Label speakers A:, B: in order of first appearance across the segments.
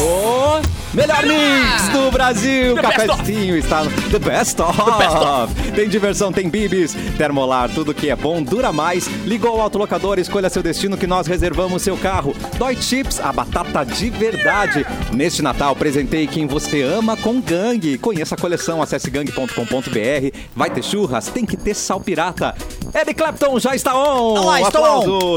A: O Melhor mix do Brasil, cafezinho está no The Best of. Tem diversão, tem bibis, termolar, tudo que é bom dura mais. Ligou o autolocador, escolha seu destino que nós reservamos seu carro. Dói Chips, a batata de verdade. Neste Natal, presentei quem você ama com Gang. Conheça a coleção, acesse gang.com.br. Vai ter churras, tem que ter sal pirata. Eric Clapton já está on.
B: Olá, estou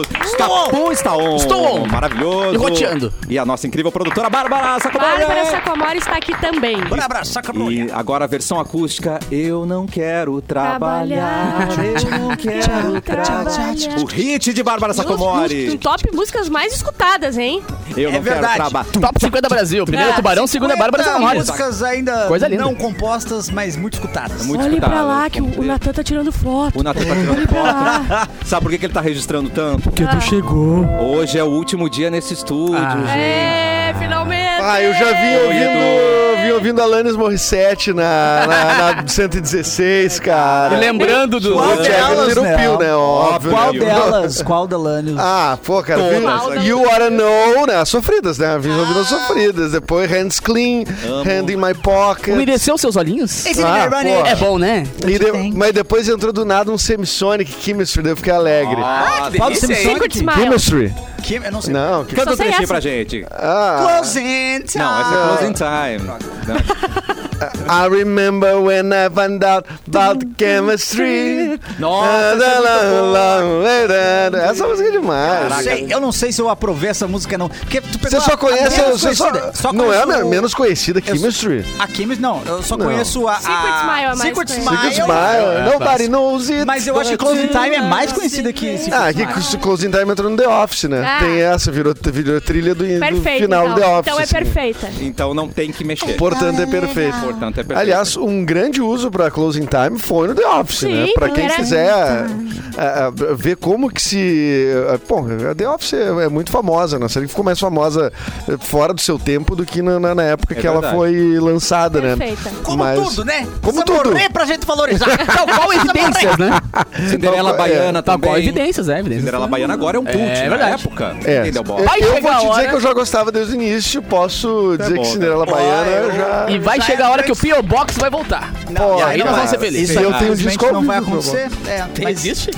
A: Aplausos.
B: Estou on.
A: Capu está on.
B: Estou on.
A: Maravilhoso.
B: Roteando.
A: E a nossa incrível produtora Bárbara Sacomori.
C: Bárbara Sacomori está aqui também.
B: Bora abraçar com
A: E agora a versão acústica, eu não quero trabalhar, eu não quero trabalhar. O hit de Bárbara
C: No
A: Sacomori,
C: um top músicas mais escutadas, hein?
A: eu não quero
B: verdade.
A: trabalhar.
D: É Top 50 Brasil. Primeiro é Tubarão, segundo é Bárbara
B: 50
D: Sacomori.
B: músicas ainda
D: Coisa linda.
B: não compostas, mas muito escutadas.
A: Muito
C: Olhe
A: escutado,
C: pra lá que
A: vamos
C: o, o
A: ver.
C: Natan tá tirando foto.
A: O Natan tá tirando
C: Pra
A: foto.
C: lá.
A: Sabe por que que ele tá registrando tanto?
D: Que tu chegou.
A: Hoje é o último dia nesse estúdio,
D: Ah.
A: gente.
C: É, finalmente!
E: Ah, eu já vim ouvindo, vim ouvindo Alanis Morissette na, na, na 116, cara.
D: E lembrando do.
B: Qual
E: O Jagged
B: delas,
E: Little
B: né?
E: Pill, né? Óbvio.
B: Qual
E: né?
B: delas? Qual da Lânio?
E: Ah, pô, cara.
D: Todas.
E: Todas. You Wanna Know, né? As sofridas, né? Vim ouvindo as sofridas. Depois Hands Clean, Hand in My Pocket.
D: Umedeceu seus olhinhos?
B: Esse
E: Ah,
B: Nirvana
E: pô.
D: É bom, né?
E: E de-
B: Tem.
E: mas depois entrou do nada um Semisonic Chemistry, daí eu fiquei alegre.
A: Ah,
B: Qual do
D: é
C: Secret
B: Samsonic?
C: Smile.
E: Chemistry?
B: Que- Eu não sei.
E: Não, que.
A: Canta
C: Só
A: um
C: sei
A: trechinho
C: essa.
A: pra gente.
E: Ah.
B: Closing time.
A: Não, essa é Closing Time. Não.
E: I remember when I found out about chemistry.
A: Nossa, essa é muito boa.
E: Essa música é demais.
B: Eu não sei- eu não sei se eu aprovei essa música, não. Porque tu pegou
E: Você só
B: a-
E: conhece.
B: a menos
E: você só-
B: conhecida. Só
E: não é a
B: conheço
E: me-
B: o-
E: menos conhecida que
B: eu-
E: Mystery.
B: A Kimmich, não. Eu só
E: Não.
B: conheço a.
C: Secret Smile é
B: a
C: mais
B: Secret
C: conhecida.
B: Smile.
E: Secret Smile.
D: é,
E: Nobody
D: clássico.
E: knows it.
B: Mas eu acho que Closing Time é mais conhecida que Secret
E: Ah,
B: Smile.
E: que Closing Time entrou no The Office, né?
C: Ah.
E: Tem essa, virou, virou trilha do, do
C: Perfeita,
E: final do The
C: então.
E: Office.
C: Então é
E: assim.
C: perfeita.
A: Então não tem que mexer.
E: Portanto, é perfeito.
A: Portanto, é perfeito.
E: Aliás, um grande uso para Closing Time foi no The Office,
C: Sim,
E: né? Para quem
C: era-
E: quiser ah, ah, ver como que se... ah, Bom, a The Office é é muito famosa, né? A série que ficou mais famosa eh, fora do seu tempo do que na, na- na época
A: É
E: que ela
A: verdade.
E: foi lançada,
C: Perfeita.
E: né?
B: Como
E: Mas-
B: tudo, né?
E: Como
B: Precisa
E: tudo.
B: morrer pra gente valorizar.
D: Tal qual
B: tá
D: evidências, né?
A: Cinderela
E: Então,
A: Baiana
D: Tal qual
A: também.
D: evidências, é evidências.
A: Cinderela Baiana agora é um cult
D: É
A: na
D: verdade.
A: época.
E: É.
A: Entendeu, Bob?
D: Vai
E: eu
D: chegar
E: vou
D: a
E: te dizer
D: hora-
E: que eu já gostava desde o início. Posso dizer
A: bom,
E: que
A: tá
E: Cinderela
B: é bom.
E: Baiana
B: Ah, eu-
E: já...
D: E vai
B: Já
D: chegar a hora
B: é
D: que o P.O. Box vai voltar.
E: Pô,
B: e aí nós
E: cara,
D: vamos ser felizes.
E: E eu tenho um
B: Infelizmente,
E: disco ao
B: não vai
E: vivo, meu
B: acontecer. É, tem-
D: existe?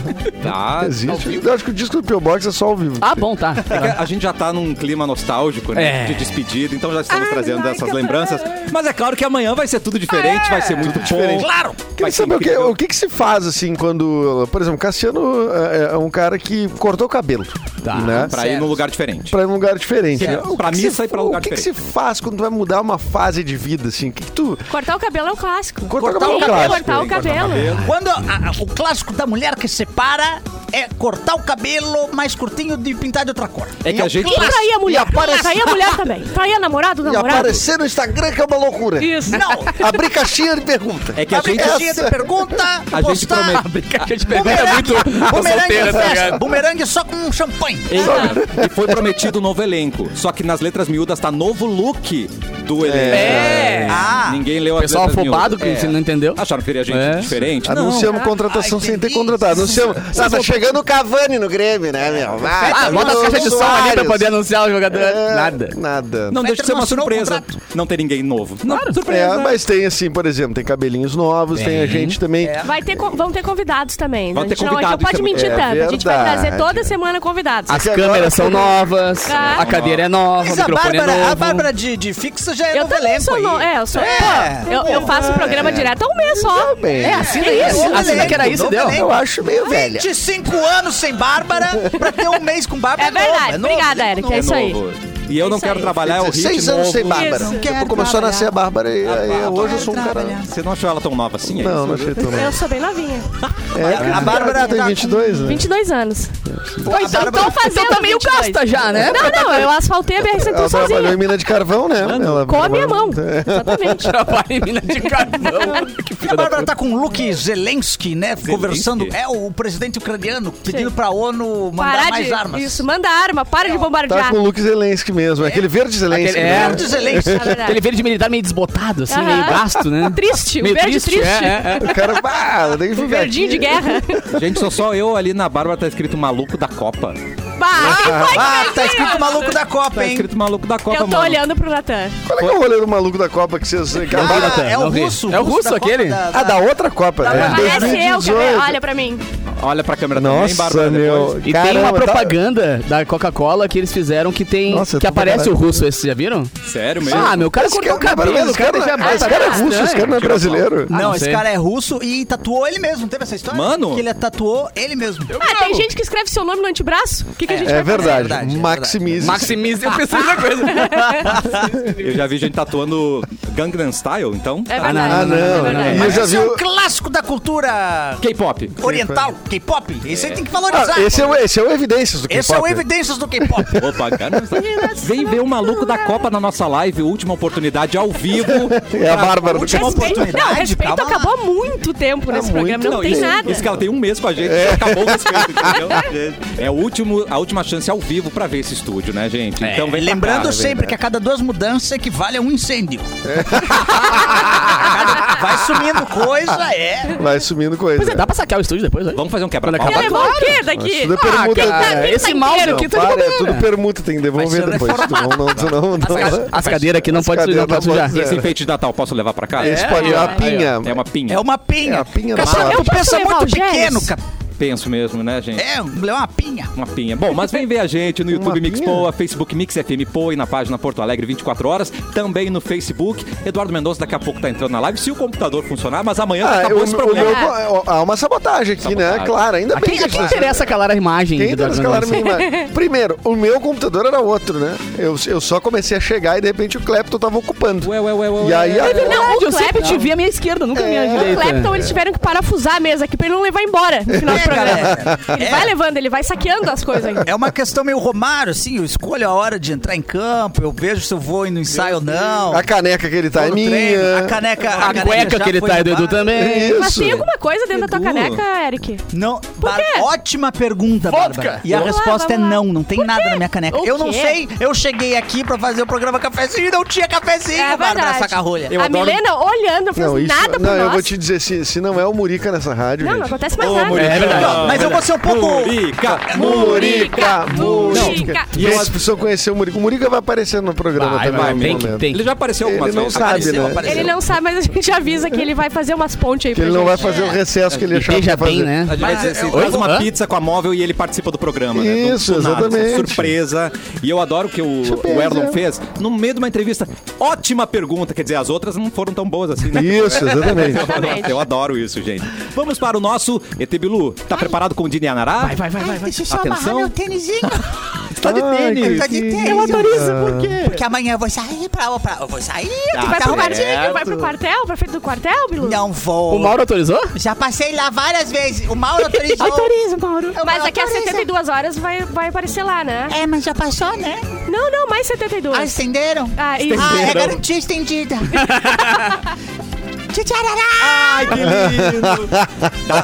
A: Tá.
E: É Existe? Eu acho que o disco do P.O. Box é só ao vivo.
D: Ah, bom, tá.
A: É que a gente já tá num clima nostálgico, né?
D: É.
A: De despedida, então já estamos trazendo essas lembranças. Mas é claro que amanhã vai ser tudo diferente, vai ser muito diferente.
E: diferente.
A: Claro!
E: Queria saber o que, o que que se faz assim quando. Por exemplo, Cassiano é, é um cara que cortou o cabelo.
D: Tá,
E: né?
A: Pra ir num lugar diferente.
E: Pra ir num lugar diferente.
A: Certo.
E: né? O
A: Pra
E: que que
A: missa
E: se-
A: e pra lugar
E: O que, que se faz quando tu vai mudar uma fase de vida, assim? O que, que tu.
C: Cortar o cabelo é um clássico.
E: Cortar o
C: Tem
E: cabelo é um
C: que
E: clássico.
C: Cortar o
E: Tem que cortar
C: cabelo.
B: Quando a- a- o clássico da mulher que separa é cortar o cabelo mais curtinho e pintar de outra cor.
A: É que a gente.
C: E trair a mulher.
E: E aparece-
C: Trair a mulher também. Trair a namorado,
E: E
C: namorado.
E: aparecer no Instagram que é uma loucura.
C: Isso.
B: Não,
E: Abrir caixinha de pergunta.
A: É que a gente.
B: caixinha de pergunta,
A: A gente
B: postar
A: promete.
D: Brincar que É a gente
B: bumerangue, bumerangue em
D: solteira, tá
B: festa,
D: ligado?
B: bumerangue só com champanhe.
E: É,
A: E foi prometido um novo elenco. Só que nas letras miúdas tá novo look do elenco.
D: É.
B: Ah,
A: Ninguém leu as
D: Pessoal
A: letras
D: afobado
A: miúdas.
D: que você não entendeu.
A: Acharam É. que teria gente
D: É.
A: diferente? Não.
E: Anunciamos contratação
B: Ai,
E: sem ter
B: delícia.
E: contratado. Anunciamos. Ah, tá chegando o Cavani no Grêmio, né, meu? Vai,
D: Ah, bota as caixas de som ali pra poder anunciar o jogador.
E: É,
D: Nada.
E: Nada.
A: Não deixa de ser uma
B: Assinou o
A: surpresa. Não ter ninguém novo. Não, surpresa.
E: É, mas tem assim, por exemplo, tem cabelinhos novos, tem, a gente também.
C: Vai ter, con- vão ter convidados também.
A: Vão
C: a
A: ter
C: gente não, a gente não
A: convidados,
C: pode
A: isso é
C: mentir
E: muito-
C: tanto.
E: É
C: a gente vai
E: verdade.
C: trazer toda semana convidados.
D: As
E: que agora-
D: câmeras são novas,
C: Ah.
D: a cadeira é nova, o
B: Mas a
D: microfone é
B: Bárbara, a
D: novo.
B: Bárbara de, de fixa já é
C: eu
B: novo
C: também
B: elenco
C: sou
B: aí.
C: no... É, eu sou.
B: É.
C: Pô, eu, assim, eu faço o programa direto há um mês só.
E: Também.
D: É, assina isso.
B: Novo
D: Assina
B: elenco,
D: que era isso,
B: novo
D: deu.
B: elenco.
E: Eu acho meio velha.
B: 25 anos sem Bárbara pra ter um mês com Bárbara.
C: É verdade.
B: novo, novo,
C: Obrigada,
B: novo.
C: Eric. É isso aí. É
A: novo. E eu não
C: isso
A: quero
C: aí.
A: trabalhar é o ritmo.
E: 16 anos sem
A: novo.
E: Bárbara.
C: Isso.
E: Depois começou a nascer a Bárbara e aí,
A: Bárbara.
E: hoje eu sou um cara.
A: Você não achou ela tão nova assim? é
E: Não,
A: isso?
E: não achei tão
C: Eu
E: não.
C: sou bem novinha.
E: É,
B: A Bárbara
E: tem
B: tá
E: 22, né?
C: 22 anos.
B: Pô, a Bárbara-
C: Então fazendo
D: Então tá meio
C: 22.
D: gasta já, né?
C: Não, não, eu asfaltei a BR
E: Ela
C: Central
E: trabalhou em
C: um sozinha.
E: mina de carvão, né? Ela
C: Com a minha
E: trabalhou-
C: mão. Exatamente.
D: Trabalha em mina de carvão. que
B: E a
D: filha da
B: Bárbara
D: puta.
B: tá com o Luke Zelensky, né? Conversando. É o presidente ucraniano pedindo pra ONU mandar
C: Parar
B: mais
C: de.
B: armas.
C: Isso, manda arma, para de
E: Tá
C: bombardear.
E: com o Luke Zelensky mesmo, é aquele verde Zelensky.
D: Aquele-
E: né?
D: é.
B: Antes ele
D: Aquele verde militar meio desbotado, assim, meio
C: Tá. Aham. Tá
D: gasto, né?
C: Triste, o
D: meio
C: verde
D: triste.
C: triste.
D: É, é,
E: O cara, bah, nem
C: O verdinho de guerra.
A: Gente, sou só eu ali na Bárbara, tá escrito maluco da Copa.
C: Bah,
B: Ah, tá escrito maluco da Copa,
A: Tá
B: hein?
A: escrito maluco da Copa,
C: eu tô
A: mano.
C: olhando pro Natan.
E: Qual é que é o rolê do maluco da Copa que vocês acabaram?
B: Ah, é o
D: Não vi.
B: russo.
D: É o russo
B: da Copa
D: aquele?
B: da- da-
E: Ah, da outra Copa, né?
C: Parece eu, quer ver?
E: 2018.
C: é, Olha pra mim.
A: Olha pra câmera também,
E: Nossa,
A: Bárbara.
E: meu.
A: depois.
D: E tem
E: Caramba,
D: uma
E: tá-
D: propaganda da Coca-Cola que eles fizeram que tem.
E: Nossa, eu
D: que
E: tô
D: aparece o
E: pra caralho.
D: russo, esse, já viram?
A: Sério mesmo?
D: Ah, meu, o cara
E: Esse
D: cortou o
E: cara-
D: cabelo, o
E: esse
D: cara
E: cara-
D: já
E: ah, esse cara é russo, esse cara não é brasileiro.
B: Não,
D: não
B: esse
D: sei.
B: cara é russo e tatuou ele mesmo. Teve essa história?
A: Mano.
B: Que ele tatuou ele mesmo.
C: Ah, tem gente que escreve seu nome no antebraço? O que, que a gente
E: É
C: vai fazer?
E: verdade,
B: verdade, é
E: maximize.
D: Maximize, eu pensei na coisa.
A: Eu já vi gente tatuando Gangnam Style, então.
C: É
A: tá.
D: não,
C: verdade.
E: Ah,
C: É
E: não.
C: verdade.
E: E eu já
B: Esse
E: vi
B: é
E: o-
B: um clássico da cultura
A: K-pop.
B: oriental, K-pop. Esse aí tem que valorizar.
E: Ah, esse, é o, esse é o Evidências do
B: Esse é
E: K-pop.
B: o evidências do K-pop.
A: Opa, Gangnam Style. Vem ver o maluco da Copa na nossa live, última oportunidade ao vivo.
E: É a Bárbara do
B: Última
E: K-pop.
B: oportunidade.
C: Respeito, não, respeito
B: calma lá.
C: acabou há muito tempo nesse programa. Não, Então tem
A: isso,
C: nada.
A: Isso que ela tem um mês com a gente, já acabou o respeito, entendeu? É o último, a última chance ao vivo pra ver esse estúdio, né, gente? Então vem pra
B: É. Lembrando
A: cá,
B: sempre que a cada duas mudanças equivale a um incêndio. Vai sumindo coisa, é.
E: Vai sumindo coisa.
D: Pois é, dá pra sacar o estúdio depois, né?
A: Vamos fazer um quebra-pau.
D: Quando acabar
C: Quer levar o quê daqui?
E: Isso é permuta.
C: quem tá,
E: Ah,
C: quem
D: esse
C: tá
D: mouse
C: inteiro?
D: não.
C: Quem tá
E: Para, é
D: bobeira.
E: tudo permuta, tem que devolver
B: Vai ser
E: depois. Tu não, não, tu não, não-
D: As cadeiras aqui não pode
E: cadeiras
D: sujar, não
E: não
D: pode sujar.
E: pode
A: Esse
E: É.
A: enfeite de Natal, posso levar pra casa?
E: Esse pode
D: é,
E: é
D: é,
E: uma pinha.
A: É uma pinha.
B: É uma pinha.
E: É a pinha do
B: Caçador,
E: maluco.
C: Eu posso
B: pensa
C: levar
B: muito
C: o Jerry's?
B: pequeno, cara.
A: Penso mesmo, né, gente?
B: É, é uma pinha.
A: Uma pinha. Bom, mas vem ver a gente no YouTube Mix
E: pinha?
A: Poa, Facebook Mix FM Poa e na página Porto Alegre 24 horas, também no Facebook. Eduardo Mendonça daqui a pouco tá entrando na live, se o computador funcionar, mas amanhã
E: Ah,
A: acabou
E: o-
A: esse
E: o
A: problema.
E: meu- há uma sabotagem aqui, né?
A: Sabotagem.
E: Claro, ainda
D: A
E: bem
D: quem,
E: que
D: a quem
E: isso-
D: interessa calar a imagem?
E: Quem
D: do
E: interessa
D: Eduardo
E: calar a minha
D: Mendonça?
E: imagem? Primeiro, o meu computador era outro, né? Eu, eu só comecei a chegar e de repente o Clepton tava ocupando.
A: Ué, ué, ué, ué,
E: E aí
A: ué.
E: a-
C: Não,
D: Verdade,
C: o
D: eu sempre
C: Clapton-
D: te vi à minha esquerda, nunca à minha
C: O
D: direita.
C: Clapton, eles tiveram que parafusar a mesa aqui pra ele não levar embora no final do
B: É,
C: programa.
B: cara.
C: Ele
B: É.
C: vai levando, ele vai saqueando as coisas ainda.
B: É uma questão meio romário, assim. Eu escolho a hora de entrar em campo, eu vejo se eu vou ir no ensaio ou não.
E: a caneca que ele tá é
B: Vou no treino,
E: minha.
B: A caneca.
D: A
B: caneca
D: cueca
B: já
D: que ele
B: foi
D: tá é do Edu
B: embora.
D: também.
C: Mas
E: Isso.
C: tem alguma coisa dentro da tua
A: Edu.
C: caneca, Eric?
B: Não, Bar-
C: quê?
B: ótima pergunta,
D: Vodka.
B: Bárbara. E a
C: Vamos lá,
B: resposta é
C: vamos lá.
B: não, não tem nada na minha caneca.
C: O
B: eu não
C: quê?
B: sei, eu cheguei aqui pra fazer o programa cafezinho e não tinha cafezinho,
C: É
B: Bárbara
C: verdade.
B: Sacarrolha.
A: Eu
C: a
A: adoro-
C: Milena olhando, não fez
E: Não, isso,
C: nada pra
E: não
C: nós.
E: eu vou te dizer, se, se não é o Murica nessa rádio,
C: Não, não
E: gente.
C: acontece mais
A: Ô,
C: nada.
A: Murica.
D: É verdade.
A: Não,
B: Mas eu vou ser um pouco.
A: Murica,
E: Murica, Murica.
C: Murica.
E: E
A: eu-
E: eles precisam conhecer o Murica. O Murica vai aparecer no programa
D: Vai,
E: também.
D: vai,
E: em algum
D: tem que-
E: momento.
D: tem
A: Ele já apareceu
E: Ele
A: algumas
E: não
A: vezes.
E: sabe,
B: Apareceu,
E: né?
B: apareceu.
C: Ele não sabe, mas a gente avisa que ele vai fazer umas pontes aí
E: Que
C: pra
E: ele não
C: gente.
E: vai fazer o recesso que ele
D: E
E: achava que
D: beija
E: ia
D: bem,
E: fazer.
D: né?
A: A gente vai dizer assim,
D: Oi?
A: traz uma
D: Hã?
A: pizza com a móvel e ele participa do programa, né? Do-
E: Isso,
A: do nada, assim,
E: exatamente. é.
A: surpresa. E eu adoro que o, o Erlon fez, no meio de uma entrevista, ótima pergunta. Quer dizer, as outras não foram tão boas assim, né?
E: Isso, exatamente.
A: Eu adoro- Eu adoro isso, gente. Vamos para o nosso ET Bilu. Tá preparado com o Dini Anará? Vai, vai, vai.
B: Deixa eu
A: só amarrar Atenção. meu
B: tênisinho.
A: Está de
E: Ai,
A: tênis.
E: que querida.
B: Eu adoro isso,
A: Por quê?
B: Porque amanhã eu vou sair pra. pra eu vou sair,
A: Tá
B: tem
C: Vai
B: que
C: pro,
A: certo.
B: arrumar.
C: quartinho, então vai pro quartel, pra frente do quartel, Bilu?
B: Não
D: O
B: vou.
D: Mauro autorizou?
B: Já passei lá várias vezes. O Mauro autorizou.
C: Autoriza, Mauro.
B: Eu
C: Mas é daqui a
B: autorizo.
C: 72 horas vai, vai aparecer lá, né?
B: É, mas já passou, né?
C: Não, não, mais 72.
B: Ah, estenderam?
C: Ah, isso.
B: Ah, é
A: Estenderam.
B: garantia estendida. Tchitcharará!
A: Ai, que lindo. Dá,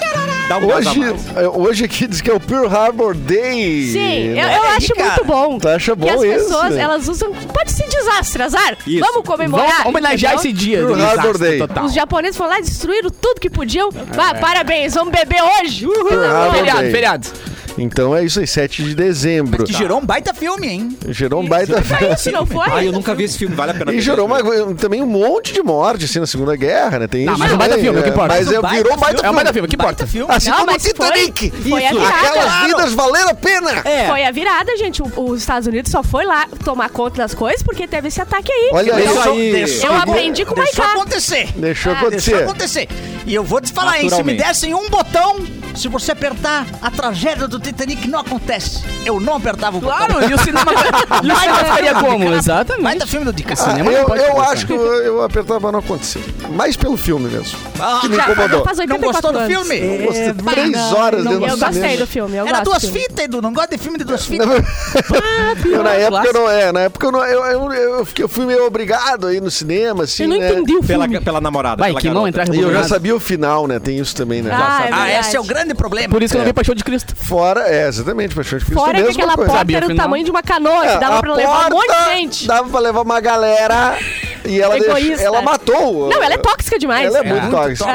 A: dá um gás a
E: Hoje,
A: mais.
E: eh, hoje aqui diz que é o Pearl Harbor Day.
C: Sim, eu, eu
E: né?
B: aí,
C: acho
B: cara.
C: muito bom.
E: Tu acha
C: que
E: bom
C: as
E: isso?
C: pessoas, elas usam. Pode ser desastre, azar.
A: Isso.
C: Vamos comemorar.
D: Vamos homenagear
C: entendeu?
D: esse dia.
E: Pro
D: do desastre
E: Harbor Day.
D: total.
C: Os japoneses foram lá, destruíram tudo que podiam. Bah, parabéns, vamos beber hoje. Uhul.
E: Harbor
D: Feriado,
E: Day.
D: feriado.
E: Então é isso aí, 7 de dezembro.
B: Que gerou um baita filme, hein?
E: Gerou um baita.
C: Isso não foi?
A: Ai, eu nunca vi esse filme. Vale a pena
E: E
A: ver.
E: gerou uma- também um monte de morte, assim, na Segunda Guerra, né? Tem
D: Não,
E: isso
D: mas é um
E: também,
D: baita filme,
E: né?
D: o que importa.
E: Mas é,
B: Baita
E: virou um baita
D: É
E: filme.
D: um baita filme, que importa.
B: filme.
E: Assim
C: Não,
E: como o
C: mas foi-
E: Titanic.
C: foi
E: Isso,
C: a virada.
E: Aquelas vidas valeram a pena.
A: É.
C: Foi a virada, gente. O- Os Estados Unidos só foi lá tomar conta das coisas porque teve esse ataque aí.
E: Olha
B: é Então,
A: Isso
E: isso.
A: aí.
C: Eu aprendi com o
B: Deixou
C: Maiká.
B: acontecer.
E: Deixou
C: Ah,
B: Deixou
E: acontecer.
B: acontecer. E eu vou te falar, hein? Se me
A: Naturalmente.
B: dessem um botão, se você apertar, a tragédia do Titanic não acontece. Eu não apertava o botão.
D: Claro, e o cinema, e o cinema faria como? Exatamente.
B: Baita filme do DiCaprio.
E: Ah,
D: Cinema não
E: eu
D: pode
E: eu
D: acontecer.
E: acho que eu, eu apertava, mas não aconteceu. mais pelo filme mesmo.
B: Ah,
E: que me
B: já
E: incomodou.
C: Faz
B: Não
C: 84
B: gostou do
C: anos.
B: filme?
E: Eu gostei.
B: É, vai,
E: Três
B: não,
E: horas
D: não
E: dentro
C: Eu
E: do
C: gostei
E: cinema.
C: do filme, eu
B: Era
C: gosto. É
B: duas
C: do filme.
B: fitas, Edu. Não gosta de filme de duas fitas.
E: Eu, na época eu
D: clássico.
E: não é, na época eu, não, eu, eu, eu fiquei- eu fui meio obrigado aí no cinema, assim,
D: Eu não
E: né?
D: entendi o
A: Pela,
D: filme.
A: pela namorada.
D: Vai,
A: pela
D: que não
A: garota.
D: entrar
E: E eu já
D: rebolado.
E: sabia o final, né? Tem isso também, né?
C: Ah, é
B: Ah,
C: verdade.
B: esse é o grande problema.
D: Por isso que eu não
E: É.
D: vi Paixão de Cristo.
E: Fora, é, exatamente, Paixão de Cristo é a
C: Fora que
E: mesma
C: aquela
E: coisa.
D: Sabia,
C: porta era do
D: afinal.
C: tamanho de uma canoa, que
E: É,
C: dava
E: a
C: pra levar um monte
E: porta
C: de gente.
E: Dava pra levar uma galera e ela deixou-
C: Egoísta.
E: ela matou. o-
C: Não, ela é tóxica demais.
E: Ela é muito tóxica.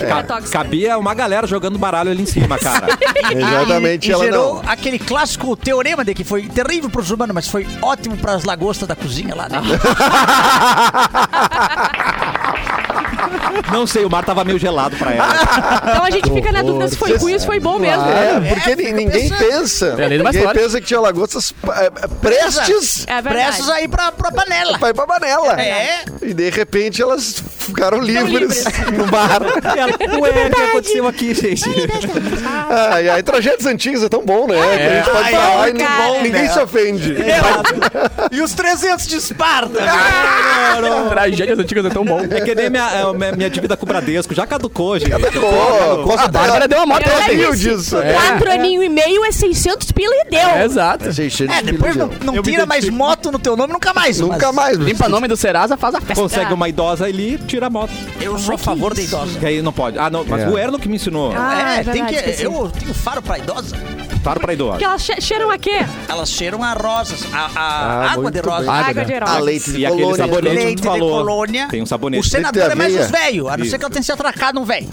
C: É, ela é tóxica.
A: Cabia uma galera jogando baralho ali em cima, cara.
E: É, Exatamente,
B: Ah, e, e
E: ela
B: gerou
E: não.
B: aquele clássico teorema de que foi terrível pros humanos, mas foi ótimo pras lagostas da cozinha lá, né?
A: não sei, o mar tava meio gelado pra ela.
C: Então a gente fica na dúvida se foi ruim ou se foi bom mesmo.
E: É, porque
B: É,
E: ni-
B: fica
E: ninguém
B: pensando.
E: pensa.
D: É a lei da
E: ninguém
D: mascote.
E: pensa que tinha lagostas é, é, prestes
C: É verdade.
B: Prestes aí pra, pra panela.
E: pra ir pra panela.
B: É.
E: E de repente elas ficaram
C: livres.
E: livres no bar.
A: Ela, Ué, o É que aconteceu aqui, gente?
E: Ah, e aí, tragédias antigas é tão bom, né? Que a gente pode
B: Ai,
E: falar e
C: cara.
E: ninguém- ninguém se ofende.
B: E os 300 de Esparta.
D: Tragédias antigas é tão bom.
A: É que nem minha, é, minha, minha dívida com o Bradesco. Já caducou, gente.
E: Pô,
D: A Bárbara deu uma moto.
E: Ela
D: ontem.
E: viu disso. né?
D: É.
C: Quatro aninho e meio é 600 pila e deu.
D: É, Exato.
E: Gente,
B: É, depois não, não
A: Eu me
B: tira mais moto no teu nome nunca mais.
E: Nunca
B: mas
E: mais.
D: Limpa nome do Serasa, faz a festa.
A: Consegue uma idosa ali, tira a moto.
B: Eu sou a favor da idosa.
A: Que aí não pode. Ah, não, mas
E: É.
A: o Erno que me ensinou.
C: Ah,
B: é,
C: é
B: tem
C: verdade,
B: que.
C: esqueci.
B: Eu tenho faro pra idosa.
A: Claro pra
C: Porque
A: idosa.
C: elas che- cheiram a quê?
B: Elas cheiram a rosas, a, a
E: Ah,
B: água de
E: muito
B: rosa.
D: bem.
B: Ah,
C: Água de
E: A
C: herói.
E: leite de
A: E aquele
E: colônia.
A: sabonete. Leite
B: Leite
A: tu
B: de
A: falou.
B: colônia.
A: Tem um sabonete.
B: O senador
E: Leite
B: é mais
E: aveia.
B: os velhos, a não
A: Isso.
B: ser que ela tenha se atracado um velho.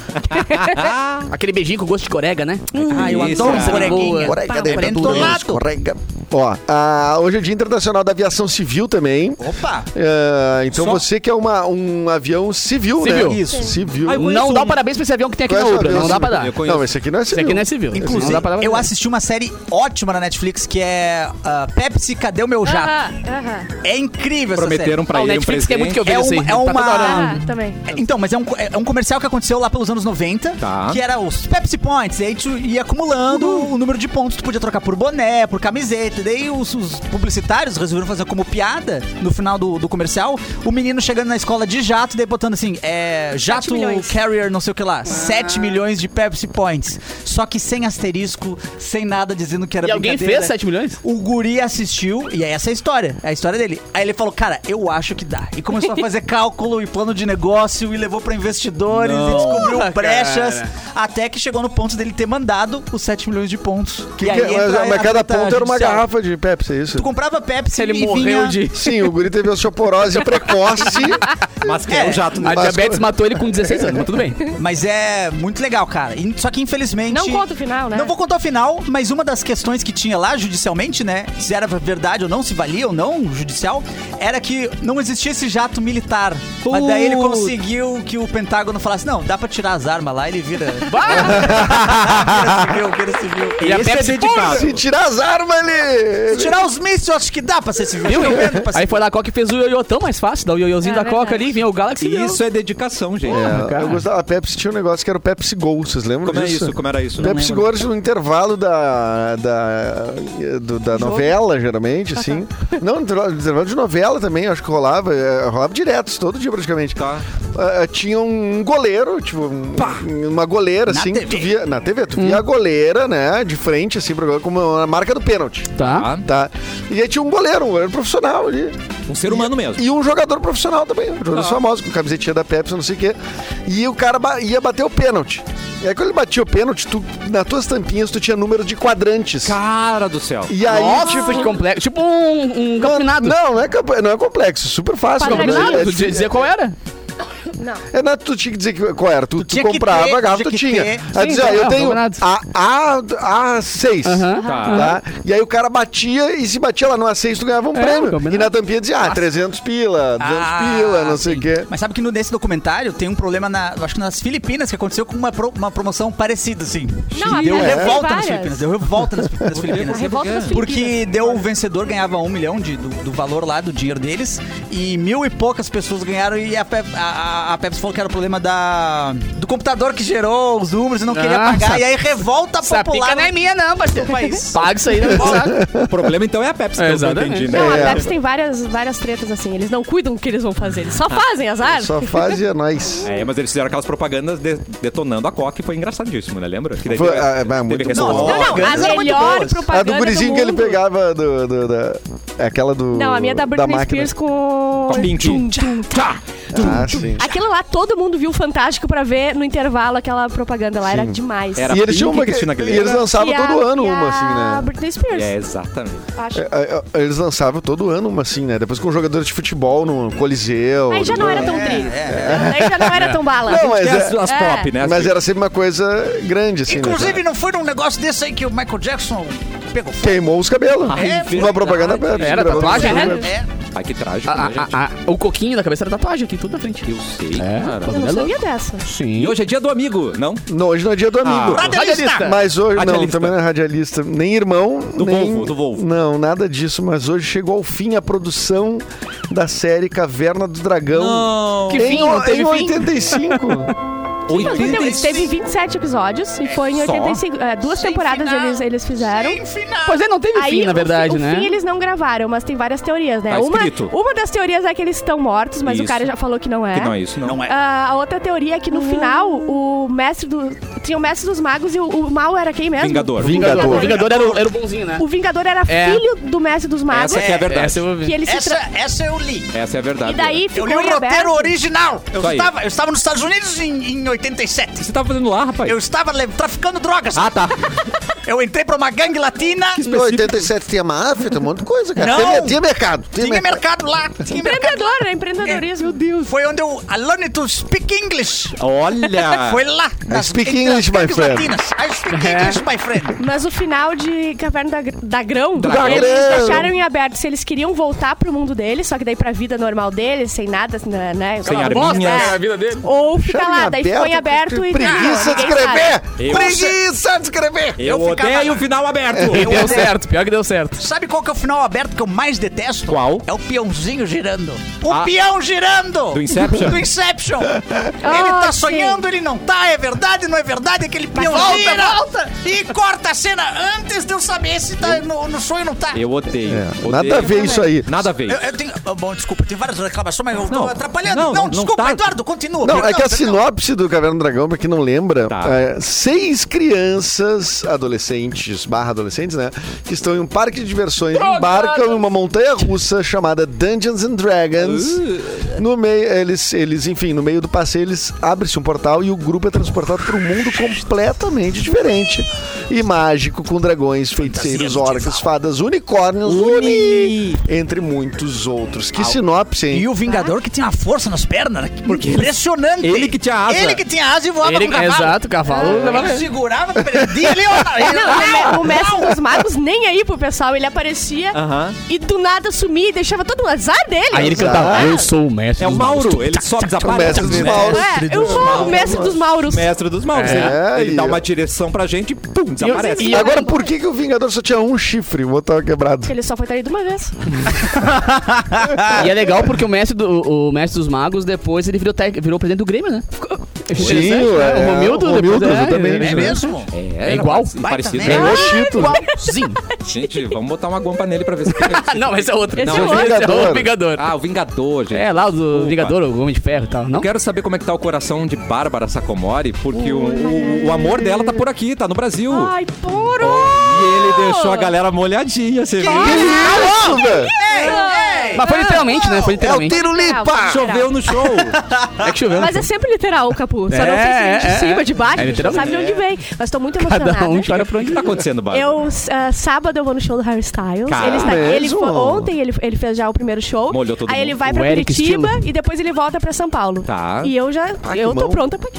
D: Aquele beijinho com gosto de corega, né?
B: Ah, eu
A: Isso, é.
B: adoro
A: cara.
B: coreguinha.
E: Corega de
B: Prendo do Tá lado.
E: Corega. Ó, ah, hoje é Dia Internacional da Aviação Civil também.
B: Opa!
E: Ah, então
A: Só-
E: você que é uma, um avião civil,
D: Civil.
E: né?
A: Isso.
E: Civil.
A: Ai, eu
D: Não
A: conheço
D: dá
A: um.
D: o parabéns pra esse avião que tem aqui na
E: Conhece
D: Ubra.
E: um avião
D: Não dá pra
E: civil.
D: dar.
A: Eu conheço.
E: Não, esse aqui não é
D: Esse
E: civil.
D: aqui não é civil. Esse
B: Inclusive,
D: não dá pra dar
B: eu assisti uma série ótima na Netflix que é ah, Pepsi, Cadê o Meu Jato?
C: Aham, aham.
B: É incrível essa série.
A: Prometeram pra
D: Ah, o
A: ele um
D: Netflix quer muito
A: presente.
D: que eu
B: É
D: veja isso aí.
B: uma- é
D: Tá toda
B: uma-
D: hora
C: Ah,
D: no-
C: também.
B: É, Então, mas é um, é um comercial que aconteceu lá pelos anos 90,
A: Tá.
B: que era os Pepsi Points, e aí tu ia acumulando o número de pontos, tu podia trocar por boné, por camiseta, e daí os, os publicitários resolveram fazer como piada, no final do, do comercial, o menino chegando na escola de jato, e daí botando assim, é, jato
C: Sete milhões. Ah.
B: carrier não sei o que lá, 7 milhões de Pepsi Points, só que sem asterisco, sem nada, dizendo que era
D: E alguém
B: brincadeira.
D: fez 7 milhões?
B: O guri assistiu, e é essa a história, é a história dele. Aí ele falou, cara, eu acho que dá. E começou a fazer cálculo e plano de negócio, e levou pra investidores, e descobriu
D: Porra,
B: brechas,
D: cara.
B: até que chegou no ponto dele ter mandado os 7 milhões de pontos. e aí
E: Que- é? mas,
B: entra
E: mas
B: a
E: cada
B: treta
E: ponto era uma
B: judicial.
E: garrafa de Pepsi, é isso?
B: Tu comprava Pepsi
D: Ele
B: e
D: morreu
B: vinha...
D: de...
E: Sim, o guri teve osteoporose precoce.
A: Mas que é
B: É.
A: um jato.
D: A
E: Mas-
D: diabetes matou ele com 16 anos, mas tudo bem.
B: Mas é muito legal, cara. E- Só que infelizmente...
C: Não conta o final, né?
B: Não vou contar o final, mas uma das questões que tinha lá judicialmente, né? Se era verdade ou não, se valia ou não o judicial, era que não existia esse jato militar. Mas daí ele
D: Putz.
B: conseguiu que o Pentágono falasse: não, dá pra tirar as armas lá, ele vira. vira civil, vira civil.
D: E a
A: Esse é
D: Pepsi-
A: dedicado.
E: Se tirar as armas,
B: Se
E: ele...
B: tirar os mísseis, eu acho que dá pra ser civil.
D: Viu?
B: Eu vendo pra ser
D: Aí foi lá a Coca que fez o ioiô tão mais fácil, dá o ioiôzinho da
C: É
D: Coca
C: verdade.
D: ali, vem o Galaxy. e
A: Isso é dedicação, gente.
E: É,
D: cara.
E: eu gostava, a Pepsi tinha um negócio que era o Pepsi Go, vocês lembram
A: Como é
E: disso?
A: isso? Como era isso?
E: Pepsi Go era no intervalo da, da, do- da novela, geralmente, assim. Não, no intervalo- no intervalo de novela também, acho que rolava, eh, rolava direto, todo dia praticamente.
A: Tá.
E: Ah, ah, tinha um goleiro, tipo, um- uma goleira,
B: Na
E: assim, que tu
B: TV.
E: via. Na TV, tu via a goleira, né? De frente, assim, pro goleiro, como a marca do pênalti.
D: Tá.
E: Tá. E aí tinha um goleiro, um goleiro profissional ali.
A: Um ser humano mesmo.
E: E um jogador profissional também, um jogador famoso, com camisetinha da Pepsi, não sei o quê. E o cara ba- ia bater o pênalti. E aí quando ele batia o pênalti, tu, nas tuas tampinhas tu tinha número de quadrantes.
A: Cara do céu.
E: E aí,
D: Nossa,
E: tipo...
C: assim,
D: que complexo. Tipo um, um campeonato.
E: Não, não é, campe- não é complexo, super fácil.
C: Quadrantes.
E: na
D: Campeonato,
E: verdade.
D: tu
E: É,
D: dizia qual era?
C: Não.
E: é, não, tu tinha que dizer que- qual era. Tu, tu
B: tinha que
E: comprava
B: ter,
E: a garrafa,
B: tinha
E: tu
B: que
E: tinha.
B: ter.
E: Aí
D: Sim,
E: dizia, ó,
D: tá,
E: eu
D: é,
E: tenho
D: campeonato.
E: a, a, a 6.
D: Aham.
E: Tá? E aí o cara batia e se batia lá no A6, tu ganhava um
D: É,
E: prêmio.
D: combinado.
E: E na tampinha dizia, ah, 300 pila, 200
B: Ah,
E: pila, não sei o quê.
B: Mas sabe que no- nesse documentário tem um problema, na, eu acho que nas Filipinas, que aconteceu com uma, pro- uma promoção parecida, assim.
C: Não,
B: E deu
C: até
B: revolta nas
C: várias.
B: Filipinas, deu revolta nas, nas
C: A
B: Filipinas.
C: revolta das
B: Porque
C: Filipinas.
B: deu o vencedor ganhava um milhão de, do, do valor lá do dinheiro deles e mil e poucas pessoas ganharam e a, Pe- a- a- a, a Pepsi falou que era o problema da, do computador que gerou os números e não queria
D: Ah,
B: pagar.
D: essa-
B: E aí revolta
D: Essa pica
B: popular
D: não é minha, não, parceiro.
B: no país.
D: Paga isso aí, né?
A: O problema então é a Pepsi,
D: É,
A: pelo que eu
D: exatamente.
A: entendi, né?
C: Não, a
E: É.
C: Pepsi tem várias, várias tretas assim. Eles não cuidam do que eles vão fazer. Eles só fazem azar.
E: Só faz e é nóis.
A: É, mas eles fizeram aquelas propagandas de- detonando a Coca e foi engraçadíssimo, né? Lembra? Que daí
E: Foi-
A: teve-
E: ah, é,
A: teve
E: muito
A: resposta.
E: bom.
C: Não, não, a
B: Propagandas eram muito
C: melhor
B: boas.
C: propaganda.
E: A do gurizinho
C: do
E: que ele
C: mundo.
E: pegava do, do- da. é Aquela do.
C: Não, a minha é da Britney
E: máquina.
C: Spears com.
A: Com a Pink.
C: Tchum, tchum, tchum.
E: Ah, sim.
C: Aquilo lá todo mundo viu fantástico pra ver no intervalo aquela propaganda lá. Era demais.
A: Era
E: E eles, tinham
A: Pink
E: uma,
A: e Cristina
E: e
A: Aguilera.
E: eles lançavam
C: E a-
E: todo ano
C: e
E: uma,
C: A
E: assim, né?
C: Britney Spears.
A: É, exatamente.
C: Acho.
E: É, é, Eles lançavam todo ano uma, assim, né? Depois com jogadores de futebol no Coliseu.
C: Aí já não era tão
B: É,
C: tri.
B: é,
C: Aí já não era tão bala.
E: Não, mas,
A: Tem as,
E: é-
A: as
C: É.
A: pop, né? As
E: mas
A: que-
E: era sempre uma coisa grande, assim. né?
B: Inclusive, não foi num negócio desse aí que o Michael Jackson pegou fogo?
E: Queimou os cabelos.
A: Ai,
E: uma
A: verdade.
E: propaganda Pepsi.
D: Era
E: gravando
D: tatuagem,
E: propaganda
C: né?
E: Pepsi.
B: É.
A: Ai, que trágico,
E: Ah,
D: A- a-
A: né, gente?
D: a- a- ah, o coquinho da cabeça era tatuagem aqui, tudo na frente.
A: Eu sei,
D: É,
A: cara.
C: Eu não sabia dessa.
A: E
D: Sim.
A: hoje é dia do amigo, não?
E: Não, hoje não é dia do amigo.
A: Ah.
D: Radialista.
E: Mas hoje, não,
A: Radialista.
E: também não é radialista. Nem irmão.
A: Do
E: nem,
A: Volvo, do Volvo.
E: Não, nada disso. Mas hoje chegou ao fim a produção da série Caverna do Dragão.
A: Não.
D: Que
E: Em,
D: fim, não teve fim.
E: em 85.
C: Mas Teve, teve 27 episódios e foi em
A: Só?
C: 85. é, duas
B: Sem
C: temporadas
B: final.
C: eles, eles fizeram.
D: Pois é, não teve fim, na
C: o
D: verdade,
C: fi- o
D: né?
C: fim eles não gravaram, mas tem várias teorias, né?
A: Tá
C: uma,
A: escrito.
C: uma das teorias é que eles estão mortos, mas o
A: Isso.
C: cara já falou que não é.
A: Que não é isso, não.
B: Não é.
C: Ah, a outra teoria é que no final o mestre do. Tinha o mestre dos magos e o, o mal era quem mesmo?
A: Vingador.
D: O
E: Vingador.
D: Vingador era o, era o bonzinho, né?
C: O Vingador era
D: É.
C: filho do mestre dos magos.
A: Essa que é a é verdade.
D: Essa eu vou ver.
C: Que ele se
B: Essa,
C: tra...
B: essa eu li.
A: Essa é a verdade.
C: E daí
B: Eu
C: ficou
B: li o
C: em aberto.
B: roteiro original. Eu
A: Isso aí.
B: estava, eu estava nos Estados Unidos em, em 87.
A: O que você tava fazendo lá, rapaz?
B: Eu estava le- traficando drogas.
A: Ah, tá.
B: Eu entrei pra uma gangue latina.
E: Em 87 tinha máfia, tem um monte de coisa, cara.
B: Não.
E: Tinha, tinha mercado. Tinha
B: Tinha
E: mercado.
B: mercado lá. Tinha mercado.
C: Empreendedor, né? Empreendedorismo, meu Deus.
B: Foi onde eu... I learned to speak English.
A: Olha!
B: Foi lá. nas-
E: speak
B: entre
E: English,
B: as gangues
E: my friend.
B: latinas. I speak
C: É.
B: English, my friend.
C: Mas o final de Caverna da, da Grão,
E: Da
C: eles
E: Grão.
C: deixaram em aberto se eles queriam voltar pro mundo deles, só que daí pra vida normal deles, sem nada, assim, né? né,
A: Sem
C: aquela
A: arminhas.
C: bosta,
A: É, a
D: vida dele.
C: Ou fica
E: Deixaram em
C: lá, daí ficou em aberto e.
E: Preguiça
C: Ah,
E: de
C: ninguém
E: escrever!
C: sabe.
A: Eu-
E: Preguiça de escrever!
A: Eu,
B: Eu ficava-
A: odeio o final
E: É.
A: aberto.
D: E
A: Eu-
D: deu certo, pior que deu certo.
B: Sabe qual que é o final aberto que eu mais detesto?
A: Qual?
B: É o peãozinho girando. O
A: Ah.
B: peão girando!
A: Do Inception?
B: Do Inception! ele
C: Ah,
B: tá
C: sim.
B: sonhando, ele não tá, é verdade, não é verdade, aquele peão
C: Volta,
B: gira e corta a cena antes de eu saber se tá no, no sonho ou não tá.
A: Eu odeio.
E: É,
A: Odeio.
E: nada a ver isso aí.
A: Nada a ver.
B: Eu, eu tenho. ah, Bom, desculpa, tem várias reclamações, mas eu
A: Não,
B: tô atrapalhando. Não,
A: não, não
B: desculpa,
A: tá-
B: Eduardo, continua.
E: Não,
B: Perdão,
E: é que a
B: perdão.
E: sinopse do Caverna do Dragão, pra quem não lembra,
A: Tá.
E: é, seis crianças, adolescentes, barra adolescentes, né? Que estão em um parque de diversões, embarcam em uma montanha russa chamada Dungeons and Dragons. No meio, eles, eles, enfim, no meio do passeio, eles abre-se um portal e o grupo é transportado para um mundo completamente diferente. E mágico, com dragões, feiticeiros, orcas, fadas, unicórnios, uni, entre muitos outros. Que sinopse, hein?
B: E o Vingador que tinha uma força nas pernas, né? Porque impressionante.
A: ele que tinha asa.
B: Ele que tinha asa e voava
D: Ele,
B: com o cavalo.
D: exato, o cavalo.
C: É.
D: levava-
B: Ele segurava, prendia tá, ele...
C: Não, o mestre dos magos nem aí pro pessoal. Ele aparecia
A: Aham.
C: e do nada sumia e deixava todo o azar dele.
D: Aí ele cantava,
E: Exato.
D: eu sou o mestre
A: É o
D: dos
A: Mauro,
D: magos.
A: ele só
E: O
A: desaparece.
E: mestre dos
A: né?
E: Mauros.
C: É, eu vou, o mestre dos Mauros.
A: Mestre dos Mauros.
E: É,
A: ele, ele
E: e
A: dá
E: eu-
A: uma direção pra gente e pum, desaparece.
D: e
E: E agora, por que, que o Vingador só tinha um chifre? O outro tava quebrado.
C: Ele só foi traído uma vez.
E: Ah.
D: E é legal porque o mestre, do, o mestre dos magos, depois ele virou, tec- virou presidente do Grêmio, né? Achei
E: Sim,
D: interessante, né?
E: é,
D: o Romildo,
E: o Romildo,
D: depois, né? Ah,
E: exatamente,
B: É mesmo?
A: É,
D: É igual.
A: parecido,
B: Baita
A: Parecido.
B: merda.
E: Ganhou o título.
D: Sim.
A: Gente, vamos botar uma guampa nele pra ver se pega isso.
D: Não, esse é outro.
C: Esse
D: Não,
C: é outro.
D: o Vingador.
A: Ah, o Vingador, gente.
D: É, lá o do Vingador, o Homem de Ferro e tal, não?
A: Eu Quero saber como é que tá o coração de Bárbara Sacomori, porque o, o- o amor dela tá por aqui, tá no Brasil.
C: Ai, poro!
A: E ele deixou a galera molhadinha, você viu?
E: Que isso, velho?
C: é.
D: Mas
C: Ah,
D: foi literalmente, né? Foi
E: É o
D: literalmente.
E: tiro
C: Calma,
E: limpa!
A: Choveu no show.
D: É que choveu.
C: Mas é sempre literal, Capu. Só não sei se
D: É,
C: vem de
D: é,
C: cima,
D: é.
C: de baixo,
D: É
C: a gente não sabe de onde vem. Mas tô muito emocionada.
D: Cada um chora pra
A: O que tá acontecendo, Bárbara?
C: Eu, ah, sábado eu vou no show do Harry Styles.
A: Cara,
C: ele está, ele
E: mesmo?
C: foi- ontem ele, ele fez já o primeiro show.
A: Molhou todo
C: aí ele
A: mundo.
C: vai pra
D: O Eric
C: Curitiba
D: estilo.
C: e depois ele volta pra São Paulo.
A: Tá.
C: E eu já,
E: Ah, que
C: eu tô
E: bom.
C: pronta pra,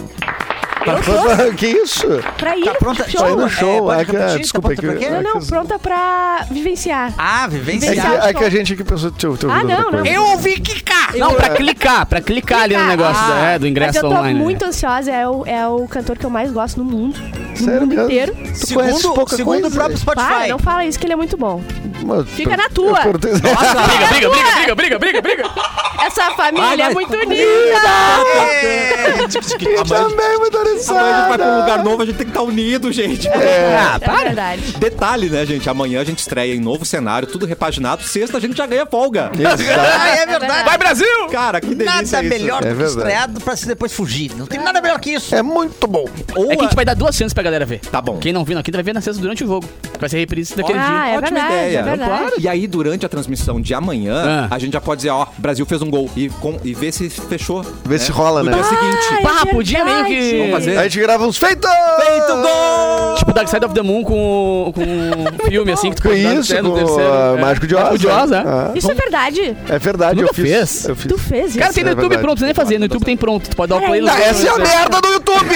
E: que isso?
C: pra ir
B: Tá pronta?
C: pro
E: Tá
C: show.
E: indo no show.
B: É,
E: É, que,
B: pode repetir?
E: é,
B: Tá
E: desculpa. É que,
B: pronta pra quê?
E: é
C: Não, não,
E: que-
C: pronta pra vivenciar.
B: Ah,
E: É que,
B: vivenciar.
E: é que a gente aqui pensou teu, teu
C: Ah,
E: ouvido outra
C: não, não.
E: coisa.
B: Eu ouvi quicar.
D: Não, pra clicar, pra clicar ali no negócio
B: Ah,
D: é, do ingresso
C: Mas eu tô
D: online. né?
C: muito ansiosa. É o, é o cantor que eu mais gosto no mundo.
E: Sério mesmo?
C: inteiro.
E: Tu conhece pouca
B: segundo
E: coisa?
B: o próprio Spotify.
C: Para, não fala isso que ele é muito bom.
E: Mano,
C: Fica
E: tu-
C: na tua.
E: eu perguntei-
D: Briga, briga, briga, briga, briga, briga, briga.
C: Essa família é
E: Ah,
C: muito unida.
B: É,
A: A mãe-
E: Também muito
A: Quando a gente vai pra um lugar
E: interessada.
A: novo, a gente tem que estar unido, gente. Ah, tá
C: É verdade.
A: Detalhe, né, gente? Amanhã a gente estreia em novo cenário, tudo repaginado. Sexta a gente já ganha folga.
E: Exato.
B: Ah, é verdade.
F: Vai, Brasil!
A: Cara, que delícia
B: Nada
A: isso.
B: melhor do
E: É
B: que
E: verdade.
B: estreado pra se depois fugir. Não tem nada melhor que isso.
E: É muito bom.
A: Ou
D: É que a
A: a-
D: gente vai dar duas chances pra galera ver.
A: Tá bom.
D: Quem não viu na quinta vai ver na sexta durante o jogo. Vai ser reprise daquele
C: Ah,
D: dia.
C: é
A: Ótima
C: verdade,
A: ideia.
C: é
E: Tipo,
C: verdade.
A: E aí, durante a transmissão de amanhã,
D: Ah.
A: a gente já pode dizer, ó, Brasil fez um gol. E, com, e ver se fechou.
E: Vê se
D: Ah,
E: rola,
A: No
E: né?
A: dia seguinte.
D: Pá, podia meio que-
C: Ah, é verdade.
A: Vamos fazer?
E: A gente grava uns feitos!
A: Feito gol!
D: Tipo Dark Side of the Moon com, com um filme assim que tu
E: Com
D: pode dar
E: isso,
D: até
E: com
D: terceiro.
E: o
D: É.
E: Mágico de Oz.
D: Mágico de Oz,
E: né?
D: é.
E: Ah,
C: Isso é verdade?
E: É verdade,
D: Tu nunca
E: eu fiz.
D: fez?
E: Eu fiz.
C: Tu fez isso.
D: Cara, tem no
E: É
D: YouTube
E: verdade.
D: pronto, tu nem fazer. No YouTube tem pronto. Tu pode dar o play
E: Tá, essa é a
D: Você-
E: merda do YouTube!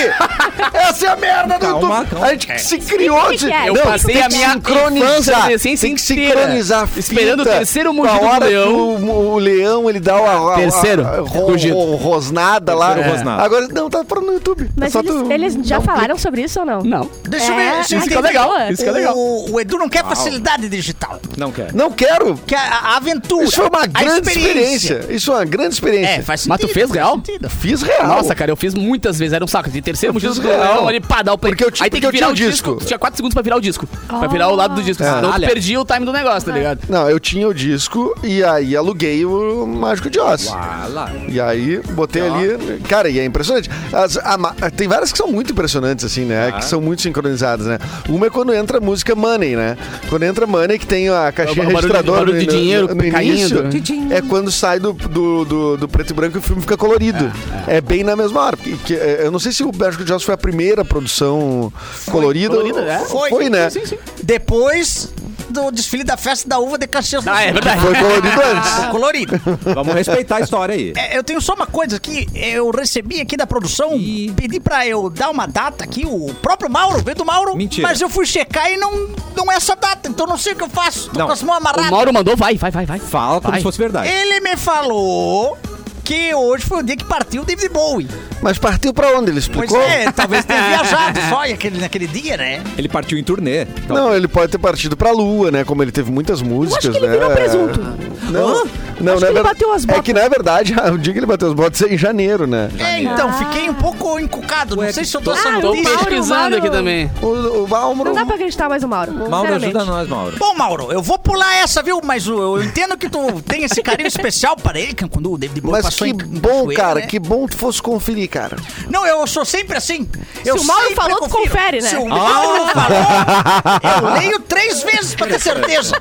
E: essa é a merda do
A: Calma,
E: YouTube!
A: calma.
E: A gente que se criou
C: que
E: de.
C: que é?
D: Eu
E: Não,
D: passei
E: tem
D: a
E: que
D: minha
E: sincronizar,
D: infância, adolescência
E: Tem que
D: inteira
E: sincronizar a fita
D: esperando o terceiro
E: com
D: mugido
E: a
D: do
E: hora que
D: leão.
E: o, o leão ele dá o a,
D: Terceiro
E: a, ro-
D: mugido.
E: ro- rosnada lá.
A: Terceiro rosnada.
E: Agora não tá pronto no YouTube. É
C: Mas
E: só
C: eles,
E: tu-
C: eles já falaram sobre isso ou não?
D: Não.
B: Deixa eu
C: É,
B: ver.
C: ah,
B: Deixa eu
C: isso
B: entender.
C: que é legal.
D: Isso que é legal.
B: O, o Edu não quer facilidade digital.
A: Não quer.
E: Não quero.
B: Quer a a aventura.
E: Isso foi uma
B: a
E: grande experiência. Isso é uma grande experiência.
B: É, faz sentido.
D: Mas tu fez
B: faz
D: real?
B: sentido.
E: Fiz real.
D: Nossa, cara, eu fiz muitas vezes, era um saco. De terceiro
E: Eu fiz
D: motivo do
E: real.
D: leão ali, pá, dar o play.
E: Porque eu ti-
D: Aí tem
E: porque eu
D: que virar
E: tinha
D: o
E: o
D: disco.
E: disco.
D: Tu tinha quatro segundos pra virar o disco. Pra
C: Ah.
D: virar o lado do disco. Senão tu
A: Caralho.
D: perdia o time do negócio, tá
B: Ah.
D: ligado?
E: Não, eu tinha o disco e aí aluguei o Mágico de Oz.
A: Fala.
E: E aí, botei
A: Ó.
E: ali. Cara, e é impressionante. As- a ma- tem várias que são muito impressionantes, assim,
D: Ah.
E: né? Que são muito sincronizadas, né? Uma é quando entra a música Money, né? Quando entra Money, que tem a
D: O barulho
E: caixinha
D: de-
E: registradora.
D: barulho de
E: no-
D: dinheiro
E: no, no
D: caindo.
E: início,
D: Tchim.
E: É quando sai do, do, do- do preto e branco e o filme fica colorido. É, bem na mesma hora. porque- que- é, eu não sei se o Berger Jones foi a primeira produção colorida.
D: colorida, né?
E: Foi, né?
D: Sim, sim.
B: Depois do desfile da festa da uva de Caxias do
D: Ah, é
B: Sul.
D: verdade.
E: Foi colorido antes.
B: Ah, colorido.
A: Vamos respeitar a história aí.
B: É, Eu tenho só uma coisa que eu recebi aqui da produção, pedi pra eu dar uma data aqui, o próprio Mauro, veio do Mauro,
A: Mentira.
B: mas eu fui checar e não, não é essa data, então não sei o que eu faço, tô
A: Não,
B: com as mãos
D: O
B: amarradas.
D: Mauro mandou, vai, vai, vai, vai.
A: Fala como
D: Vai.
A: se fosse verdade.
B: Ele me falou que hoje foi o dia que partiu o David Bowie.
E: Mas partiu pra onde? Ele
B: Pois
E: explicou?
B: é, talvez tenha viajado só aquele, naquele dia, né?
A: Ele partiu em turnê. Então,
E: Não, ele pode ter partido pra lua, né? Como ele teve muitas
C: Eu
E: músicas,
C: acho que ele
E: né?
C: virou presunto.
E: Não,
C: Hã?
E: não,
C: Acho
E: não é
C: que ele
E: ver-
C: bateu as
E: É
C: botas.
E: que na verdade, o dia que ele bateu as botas é em janeiro, né?
B: É, então, fiquei um pouco encucado, não sei se eu tô
C: Ah,
B: sabendo.
D: Tô
C: o Mauro,
D: pesquisando
C: Mauro.
D: aqui também.
E: O, o Balmro.
C: Não dá pra acreditar mais o Mauro.
A: Mauro,
C: sinceramente.
A: ajuda nós, Mauro.
B: Bom, Mauro, eu vou pular essa, viu? Mas eu, eu entendo que tu tem esse carinho especial para ele, que é quando o David Bowie
E: Mas
B: passou
E: que
B: em- em
E: bom,
B: Cachoeira,
E: cara,
B: né?
E: que bom tu fosse conferir, cara.
B: Não, eu sou sempre assim. Eu
C: o Mauro
B: sempre
C: falou, tu
B: confiro.
C: confere, né?
B: Se o
E: Ah.
B: Mauro falou, eu leio três vezes pra ter certeza.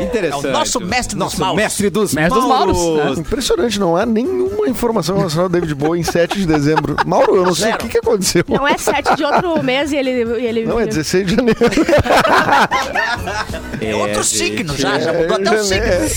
A: Interessante.
B: É o nosso mestre dos
A: Nosso
B: Mauros.
A: mestre dos
D: Mestre dos né? Mauros,
A: Mauros.
E: Impressionante, não há nenhuma informação relacionada ao David Bowie em 7 de dezembro. Mauro, eu não sei o
B: Zero.
E: que, que aconteceu.
C: Não é 7 de outro mês e ele. E ele
E: Não, é
C: ele-
E: 16 de janeiro.
B: É outro
A: gente,
B: signo já, já mudou até o signo.
E: É,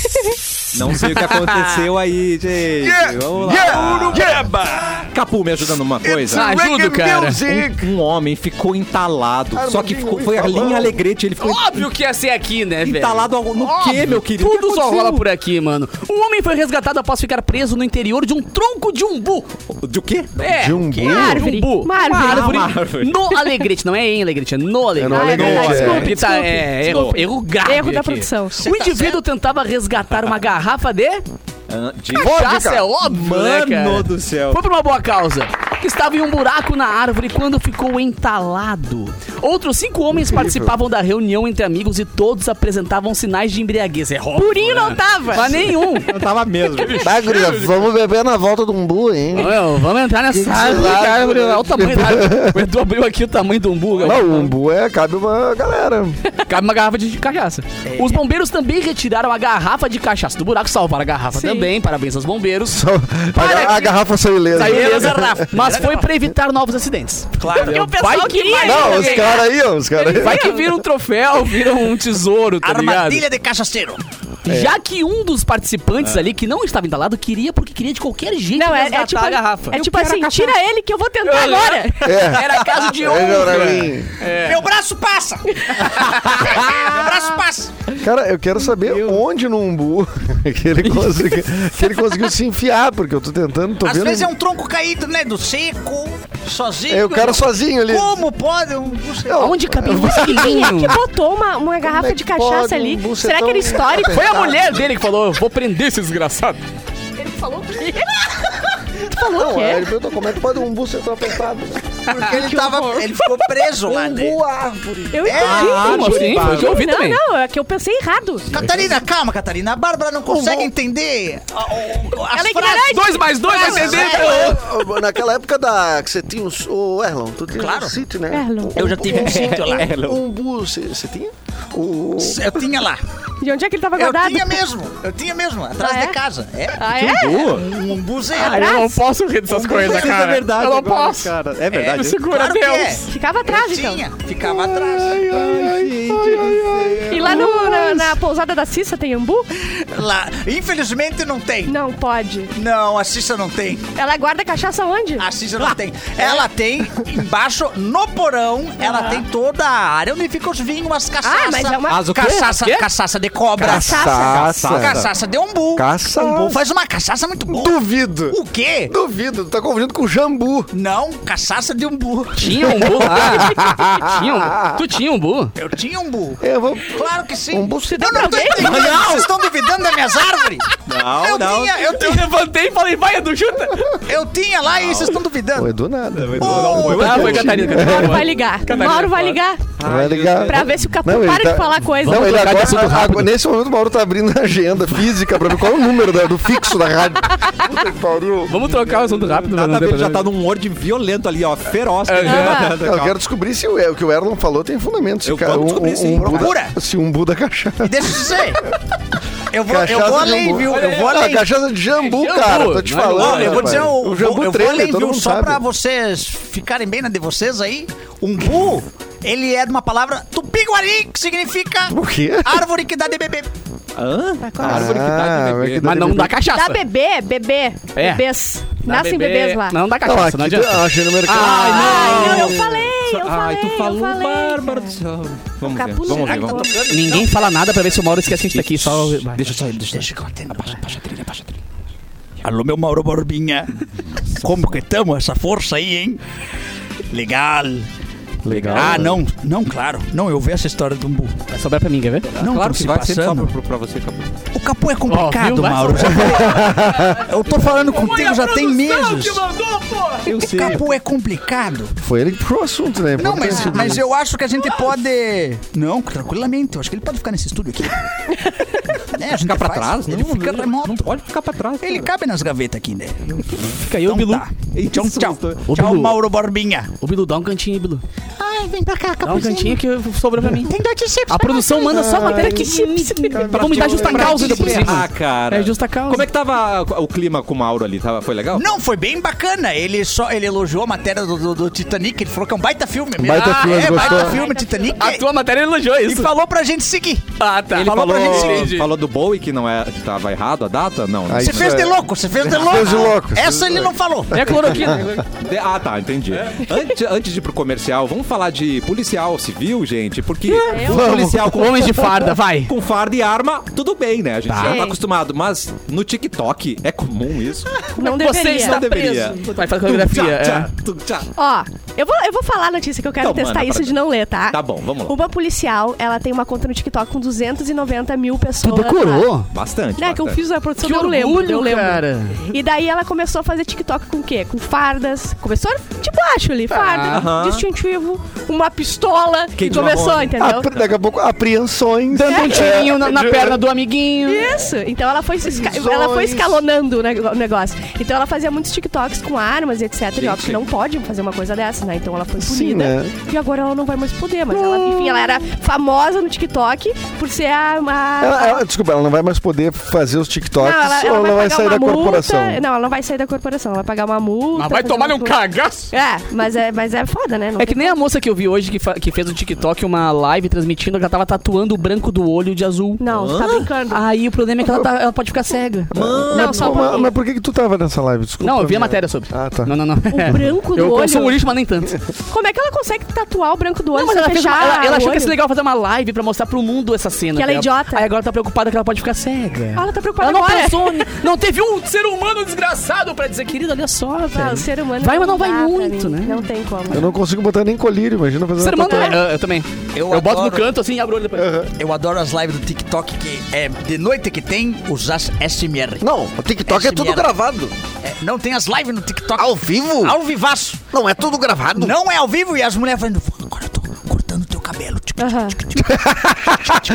A: Não sei o que aconteceu aí, gente. Vamos lá. Capu, me ajuda numa coisa.
D: Ah, ajuda, cara.
E: Music.
A: Um homem ficou entalado.
E: Armandinho,
A: só que ficou, foi
E: me
A: ali em
E: falou.
A: Alegrete. Ele ficou
D: Óbvio que ia ser aqui, né, velho?
A: entalado ao- no quê, meu querido? O
D: Tudo
A: que
D: só
A: aconteceu?
D: rola por aqui, mano. Um homem foi resgatado após ficar preso no interior de um tronco de umbu.
A: De o quê?
D: É,
E: De um umbu?
D: que-
E: Uma
C: árvore.
D: umbu.
C: Uma árvore.
A: Ah, uma árvore.
D: No Alegrete, não é em Alegrete, é no Alegrete.
E: É no
C: Ah, é
E: Alegrete,
C: verdade,
E: é.
C: desculpe,
D: Ele tá-
C: desculpe.
D: é, erro,
A: desculpe.
D: erro grave
C: Erro da
D: aqui.
C: produção.
D: O indivíduo tentava resgatar uma garrafa de
A: Ah, De...
D: cachaça, é óbvio, né, cara?
A: Mano do céu.
D: Foi por uma boa causa. Que estava em um buraco na árvore quando ficou entalado. Outros cinco homens participavam da reunião entre amigos e todos apresentavam sinais de embriaguez. É óbvio,
C: Purinho não tava.
D: Mas nenhum.
A: Eu tava mesmo.
E: Tá, guria, vamos beber na volta do umbu, hein?
C: Ah,
D: Ô, vamos entrar nessa árvore, cara. Olha o tamanho da árvore. O Edu abriu aqui o tamanho do umbu. cara.
E: Não, o umbu é, cabe uma galera.
D: Cabe uma garrafa de cachaça. Os bombeiros também retiraram a garrafa de cachaça do buraco, salvaram a garrafa
C: Sim.
D: também. Parabéns aos bombeiros.
E: Então, a, ga- a garrafa saiu ilesa.
D: Saiu beleza,
B: garrafa.
D: mas foi pra evitar novos acidentes.
B: Claro.
D: Porque o
C: pessoal queria
E: Não, os caras aí, ó, os caras aí.
D: Vai que vira um troféu, vira um tesouro, tá
B: Armadilha de cachaceiro.
D: ligado? Já que um dos participantes ali, que não estava entalado, queria porque queria de qualquer jeito
C: Não, é,
D: resgatar
C: é tipo,
D: a garrafa.
C: é tipo assim, tira ele que eu vou tentar agora.
E: É,
D: Era caso de um-
E: Olha pra
D: honra.
E: mim.
B: Meu braço passa. Meu braço passa.
E: Cara, eu quero saber onde no umbu que ele, consegui- que ele conseguiu se enfiar, porque eu tô tentando, tô
B: Às
E: vendo.
B: vezes é um tronco caído, né? Do seco, sozinho.
E: É, o cara sozinho ali.
B: Como pode? um- não sei.
E: Não,
D: Onde cabia um
C: Quem é
D: mosquilinho?
C: que botou uma, uma garrafa
E: é
C: de
E: que pode
C: cachaça
E: um
C: ali?
E: bucetão
C: Será que era histórico?
D: Foi a mulher dele que falou, vou prender esse desgraçado.
C: Ele falou o quê?
E: Não, aí ele perguntou como é que pode um umbu ser tropeçado.
B: Porque
E: é
B: ele, tava, ele ficou preso lá dentro.
E: Umbu árvore.
C: Eu entendi.
D: Como assim?
A: Bárbara.
D: Eu já ouvi
C: não,
D: também.
C: não, é que eu pensei errado.
B: Catarina, calma, Catarina. A Bárbara
E: Um
B: não consegue
E: Umbu.
B: entender. a- o- as
C: Ela é
B: frases.
C: ignorante.
D: Dois mais dois vai ser
E: É,
D: dentro.
E: Naquela época da, que você tinha os. Ô, Erlon, tu tinha
B: Claro.
E: um sítio, né?
C: Erlon.
B: Eu já tive um sítio lá.
A: Erlon.
E: Umbu, você você tinha? O,
B: Eu tinha lá.
C: De onde é que ele tava
B: Eu
C: guardado?
B: tinha mesmo. Eu tinha mesmo. Atrás
C: Ah, é?
B: de casa. É.
C: Ah, é?
A: Uh,
B: Um umbuzeiro.
D: Ah, eu não posso rir dessas coisas,
A: isso
D: cara.
A: é verdade.
D: eu não
A: agora,
D: posso.
A: Cara. É verdade.
D: Me segura,
B: Claro que
D: Deus.
B: é.
C: Ficava atrás,
B: Eu
C: então.
B: tinha. Ficava atrás.
A: Ai, gente do céu.
C: E lá no- na, na pousada da Cissa tem umbu?
B: Lá. Infelizmente não tem.
C: Não pode.
B: Não, a Cissa não tem.
C: Ela guarda cachaça onde?
B: A Cissa não tem. Ela tem embaixo, no porão, ela tem toda a área onde ficam os vinhos, as caçaças.
C: Ah, mas é uma-
A: As o quê?
B: Caçaça,
D: Quê?
B: caçaça de cobra.
E: Caçaça.
B: Caçaça de umbu.
E: Caçaça.
B: Umbu faz uma caçaça muito boa.
E: Duvido.
B: O quê?
E: Duvido, tu tá confundindo com jambu.
B: Não, caçaça de umbu.
D: Tinha um bu lá. tinha um bu. Tu tinha um bu?
B: Eu tinha umbu.
E: Eu vou. um
B: Claro que sim.
E: Umbu se
B: Eu não tô entendendo. Vocês estão duvidando das minhas árvores?
A: Não,
B: eu
A: não.
B: Tinha, eu,
D: Eu
B: tinha,
D: levantei e falei, vai, Edu, chuta.
B: eu tinha lá e vocês estão duvidando.
E: Não é do nada.
D: Ah, foi Catarina.
C: Mauro vai ligar.
D: Catarina,
C: Mauro vai
D: fala.
C: ligar
E: Vai ligar.
C: pra ver se o Capu
E: Não, ele
C: para
E: tá-
C: de falar coisa.
E: Não, ele
D: trocar de
E: agora,
D: assunto rápido.
E: agora- nesse momento, o Mauro tá abrindo a agenda física pra ver qual é o número da- do fixo da rádio. Puta que pariu.
D: Vamos trocar o assunto rápido.
A: Nada a
D: não tem
A: ver, ele já tá
D: problema.
A: num word violento ali, ó, feroz. né? Tá,
D: É,
A: Calma.
E: Eu quero descobrir se o, o que o Erlon falou tem fundamento. Se
A: Eu
E: o cara-
A: vou
E: um-
A: descobrir,
E: um-
A: sim.
E: um Buda-
B: Procura.
E: Se um Buda cachaça.
B: Deixa eu dizer. Eu vou, eu
E: Cachaça
B: vou
E: de
B: além,
E: jambu.
B: viu?
E: Olha
B: Eu vou
E: Ah,
B: além.
E: cachaça de jambu,
D: É jambu,
E: cara. Tô te
D: não é
E: falando.
D: limão,
B: Olha, eu vou
E: rapaz.
B: dizer o,
E: O
B: eu
E: jambu
B: vou
E: trailer,
B: além,
E: todo
B: viu?
E: mundo
B: Só
E: sabe.
B: pra vocês ficarem bem na de vocês aí. Umbu, ele é de uma palavra tupiguari, que significa
E: O quê?
B: árvore que dá de bebê.
A: Hã?
C: Tá com
A: A árvore que
E: Ah,
A: dá de
E: mas
A: bebê.
E: que
D: Mas não dá
C: Ah, Dá
D: cachaça.
C: bebê, bebê.
D: É.
C: Bebês.
D: Dá
C: Nascem
D: bebê.
C: bebês lá.
D: Não, não dá
E: Não,
D: cachaça,
E: aqui
D: não
E: tu-
D: adianta.
E: eu achei no mercado.
D: Ai, não.
C: Ai, não, eu falei, eu falei,
A: Ai, tu falou,
C: eu falei.
A: Bárbara do céu. Vamos ver,
C: Capu não
A: vamos
C: tá
A: ver. Vamos ver.
C: tocando.
D: Ninguém fala nada pra ver se o Mauro esquece que a gente tá aqui. Só... vai.
A: Deixa eu sair, deixa eu sair.
B: Alô, meu Mauro Borbinha. Como que tamo essa força aí, hein? Legal.
A: Legal. né?
B: Ah, não, não, claro. Não, eu vi essa história do umbu.
D: Vai sobrar pra mim, quer ver?
B: Não,
A: Ah, Claro
B: claro
A: que
B: se
A: vai ser só
B: passando.
A: pra, pra- pra você, Capu.
B: O capô é
D: Ó,
B: complicado,
D: viu? Vai
B: Mauro. eu tô falando contigo já tem meses.
A: Eu
B: O capô é complicado.
E: Foi ele que puxou o assunto, né?
B: Não, mas,
E: Importante.
B: mas eu acho que a gente pode. Não, tranquilamente. Eu acho que ele pode ficar nesse estúdio aqui. né, a gente
A: Ficar pra
B: faz,
A: trás?
B: Ele
A: não,
B: fica
A: não,
B: remoto.
A: Não pode ficar pra trás.
B: Ele
A: cara.
B: cabe nas gavetas aqui, né?
D: Fica aí o Bilu.
B: tá. Então,
A: Isso,
B: tchau.
A: gostou.
D: Ô,
B: Tchau,
D: Bilu.
B: Mauro Borbinha.
D: Ô, Bilu, dá um cantinho aí, Bilu.
F: Ai, vem pra cá,
D: Dá um
F: capuzinho.
D: cantinho que sobrou pra mim.
F: Tem dois de chips.
D: A produção manda só matéria que... Vamos dar justa
A: Pra
D: causa
A: te
D: ainda por
A: ferrar,
D: cima.
A: Ah, cara.
D: né? É justa causa.
A: Como é que tava o clima com o Mauro ali? Tava, foi legal?
B: Não, foi bem bacana. Ele só ele elogiou a matéria do, do- do Titanic. Ele falou que é um baita filme. mesmo.
E: Baita
B: ah,
E: filme,
B: é, baita
E: gostou?
B: filme, Titanic.
D: A tua matéria elogiou
B: E
D: isso.
B: falou pra gente seguir.
D: Ah, tá.
A: Ele
D: Falou
A: falou,
D: pra gente
A: falou,
D: seguir.
A: do Bowie que não é, que tava errado a data? Não. né?
E: Aí-
B: Você
E: Isso
B: fez
E: é-
B: de louco, você fez de louco.
E: de louco, fez de
B: Essa ele não falou.
D: É a cloroquina.
A: De- Ah, tá, entendi. Antes, antes de ir pro comercial, vamos falar de policial civil, gente, porque um
E: Vamos.
A: policial com,
D: Um Homens É, de farda, vai.
A: com farda e arma, tudo bem, né? A gente já
C: Sim.
A: tá acostumado, mas no TikTok é comum isso.
C: Não
D: Você
C: deveria.
D: está
A: Não deveria.
D: preso. Vai fazer
A: Tchá,
D: coreografia. é.
A: tchá, tu, tchá.
C: Ó, eu vou, eu vou falar a notícia que eu quero
A: Então,
C: testar
A: manda pra
C: isso de
A: cá.
C: não ler, tá?
A: Tá bom, vamos lá.
C: Uma policial, ela tem uma conta no TikTok com 290 mil pessoas. lá.
D: Decorou?
A: Bastante.
C: Né, que eu
A: bastante.
C: fiz a produção,
D: Que
C: eu lembro, eu
D: orgulho,
C: lembro.
D: cara.
C: E daí ela começou a fazer TikTok com o quê? Com fardas. Começou de baixo ali, farda,
A: aham.
C: distintivo, uma pistola.
A: Kate
C: e começou,
A: Mahoney.
C: entendeu?
E: Apre- Ah, daqui a pouco, apreensões.
D: Dando um tirinho na, na perna do amiguinho.
C: Isso, então ela foi, se esca- ela foi escalonando o neg- o negócio. Então ela fazia muitos TikToks com armas, etc.
A: Gente.
C: E óbvio que não pode fazer uma coisa dessa, né? Então ela foi punida.
E: Sim, né?
C: E agora ela não vai mais poder, mas ela, enfim, ela era famosa no TikTok por ser a. a-
E: Ela, ela- desculpa, ela não vai mais poder fazer os TikToks ou ela vai
C: pagar
E: sair da
C: uma multa.
E: corporação?
C: Não, ela não vai sair da corporação, ela vai pagar uma multa.
D: Mas vai
C: fazer
D: tomar
C: uma
D: um
C: coisa-
D: cagaço.
C: É, mas é, mas é foda, né? Não
D: É que
C: tem
D: nem a moça que eu vi hoje que, fa- que fez no TikTok uma live transmitindo que ela tava tatuando o branco do olho de azul.
C: Não, você tá brincando.
D: Aí o problema é que ela, tá- ela pode ficar cega.
C: não, só um
E: Pô, mas,
C: pouquinho.
E: mas por que, que tu tava nessa live? Desculpa.
D: Não, eu vi a
E: minha-
D: matéria sobre.
E: Ah, tá.
D: Não, não, não.
C: O branco do
D: eu,
C: olho.
D: Eu sou um lixo, mas nem tanto.
C: Como é que ela consegue tatuar o branco do olho
D: Não, mas
C: sem
D: ela, fez uma,
C: fechar
D: ela, ela achou
C: o
D: que ia
C: olho?
D: ser legal fazer uma live pra mostrar pro mundo essa cena.
C: Que ela é
D: dela.
C: idiota.
D: Aí agora ela tá preocupada que ela pode ficar cega.
C: Ah, ela tá preocupada
D: Ela não
C: agora.
D: pensou. ni- Não teve um ser humano desgraçado pra dizer, querida, olha só,
C: Ah,
D: velho.
C: o ser humano
D: Vai, mas não
C: dá
D: vai
C: pra
D: muito,
C: mim.
D: né?
C: Não tem como.
E: Eu não consigo botar nem colírio imagina fazer
D: Ser
E: uma
D: humano
E: tatuagem.
D: é, eu também. Eu,
B: Eu
D: boto no
B: adoro.
D: canto assim e abro o olho depois.
B: Eu adoro as lives do TikTok, que é de noite que tem os as SMR.
E: Não, o TikTok é tudo
B: SMR.
E: gravado.
B: É, não tem as lives no TikTok.
E: Ao vivo?
B: Ao vivaço.
E: Não é tudo gravado.
B: Não é ao vivo e as mulheres falando, agora eu tô cortando teu cabelo. tipo, Tic, tic,
C: Aham.
B: tic,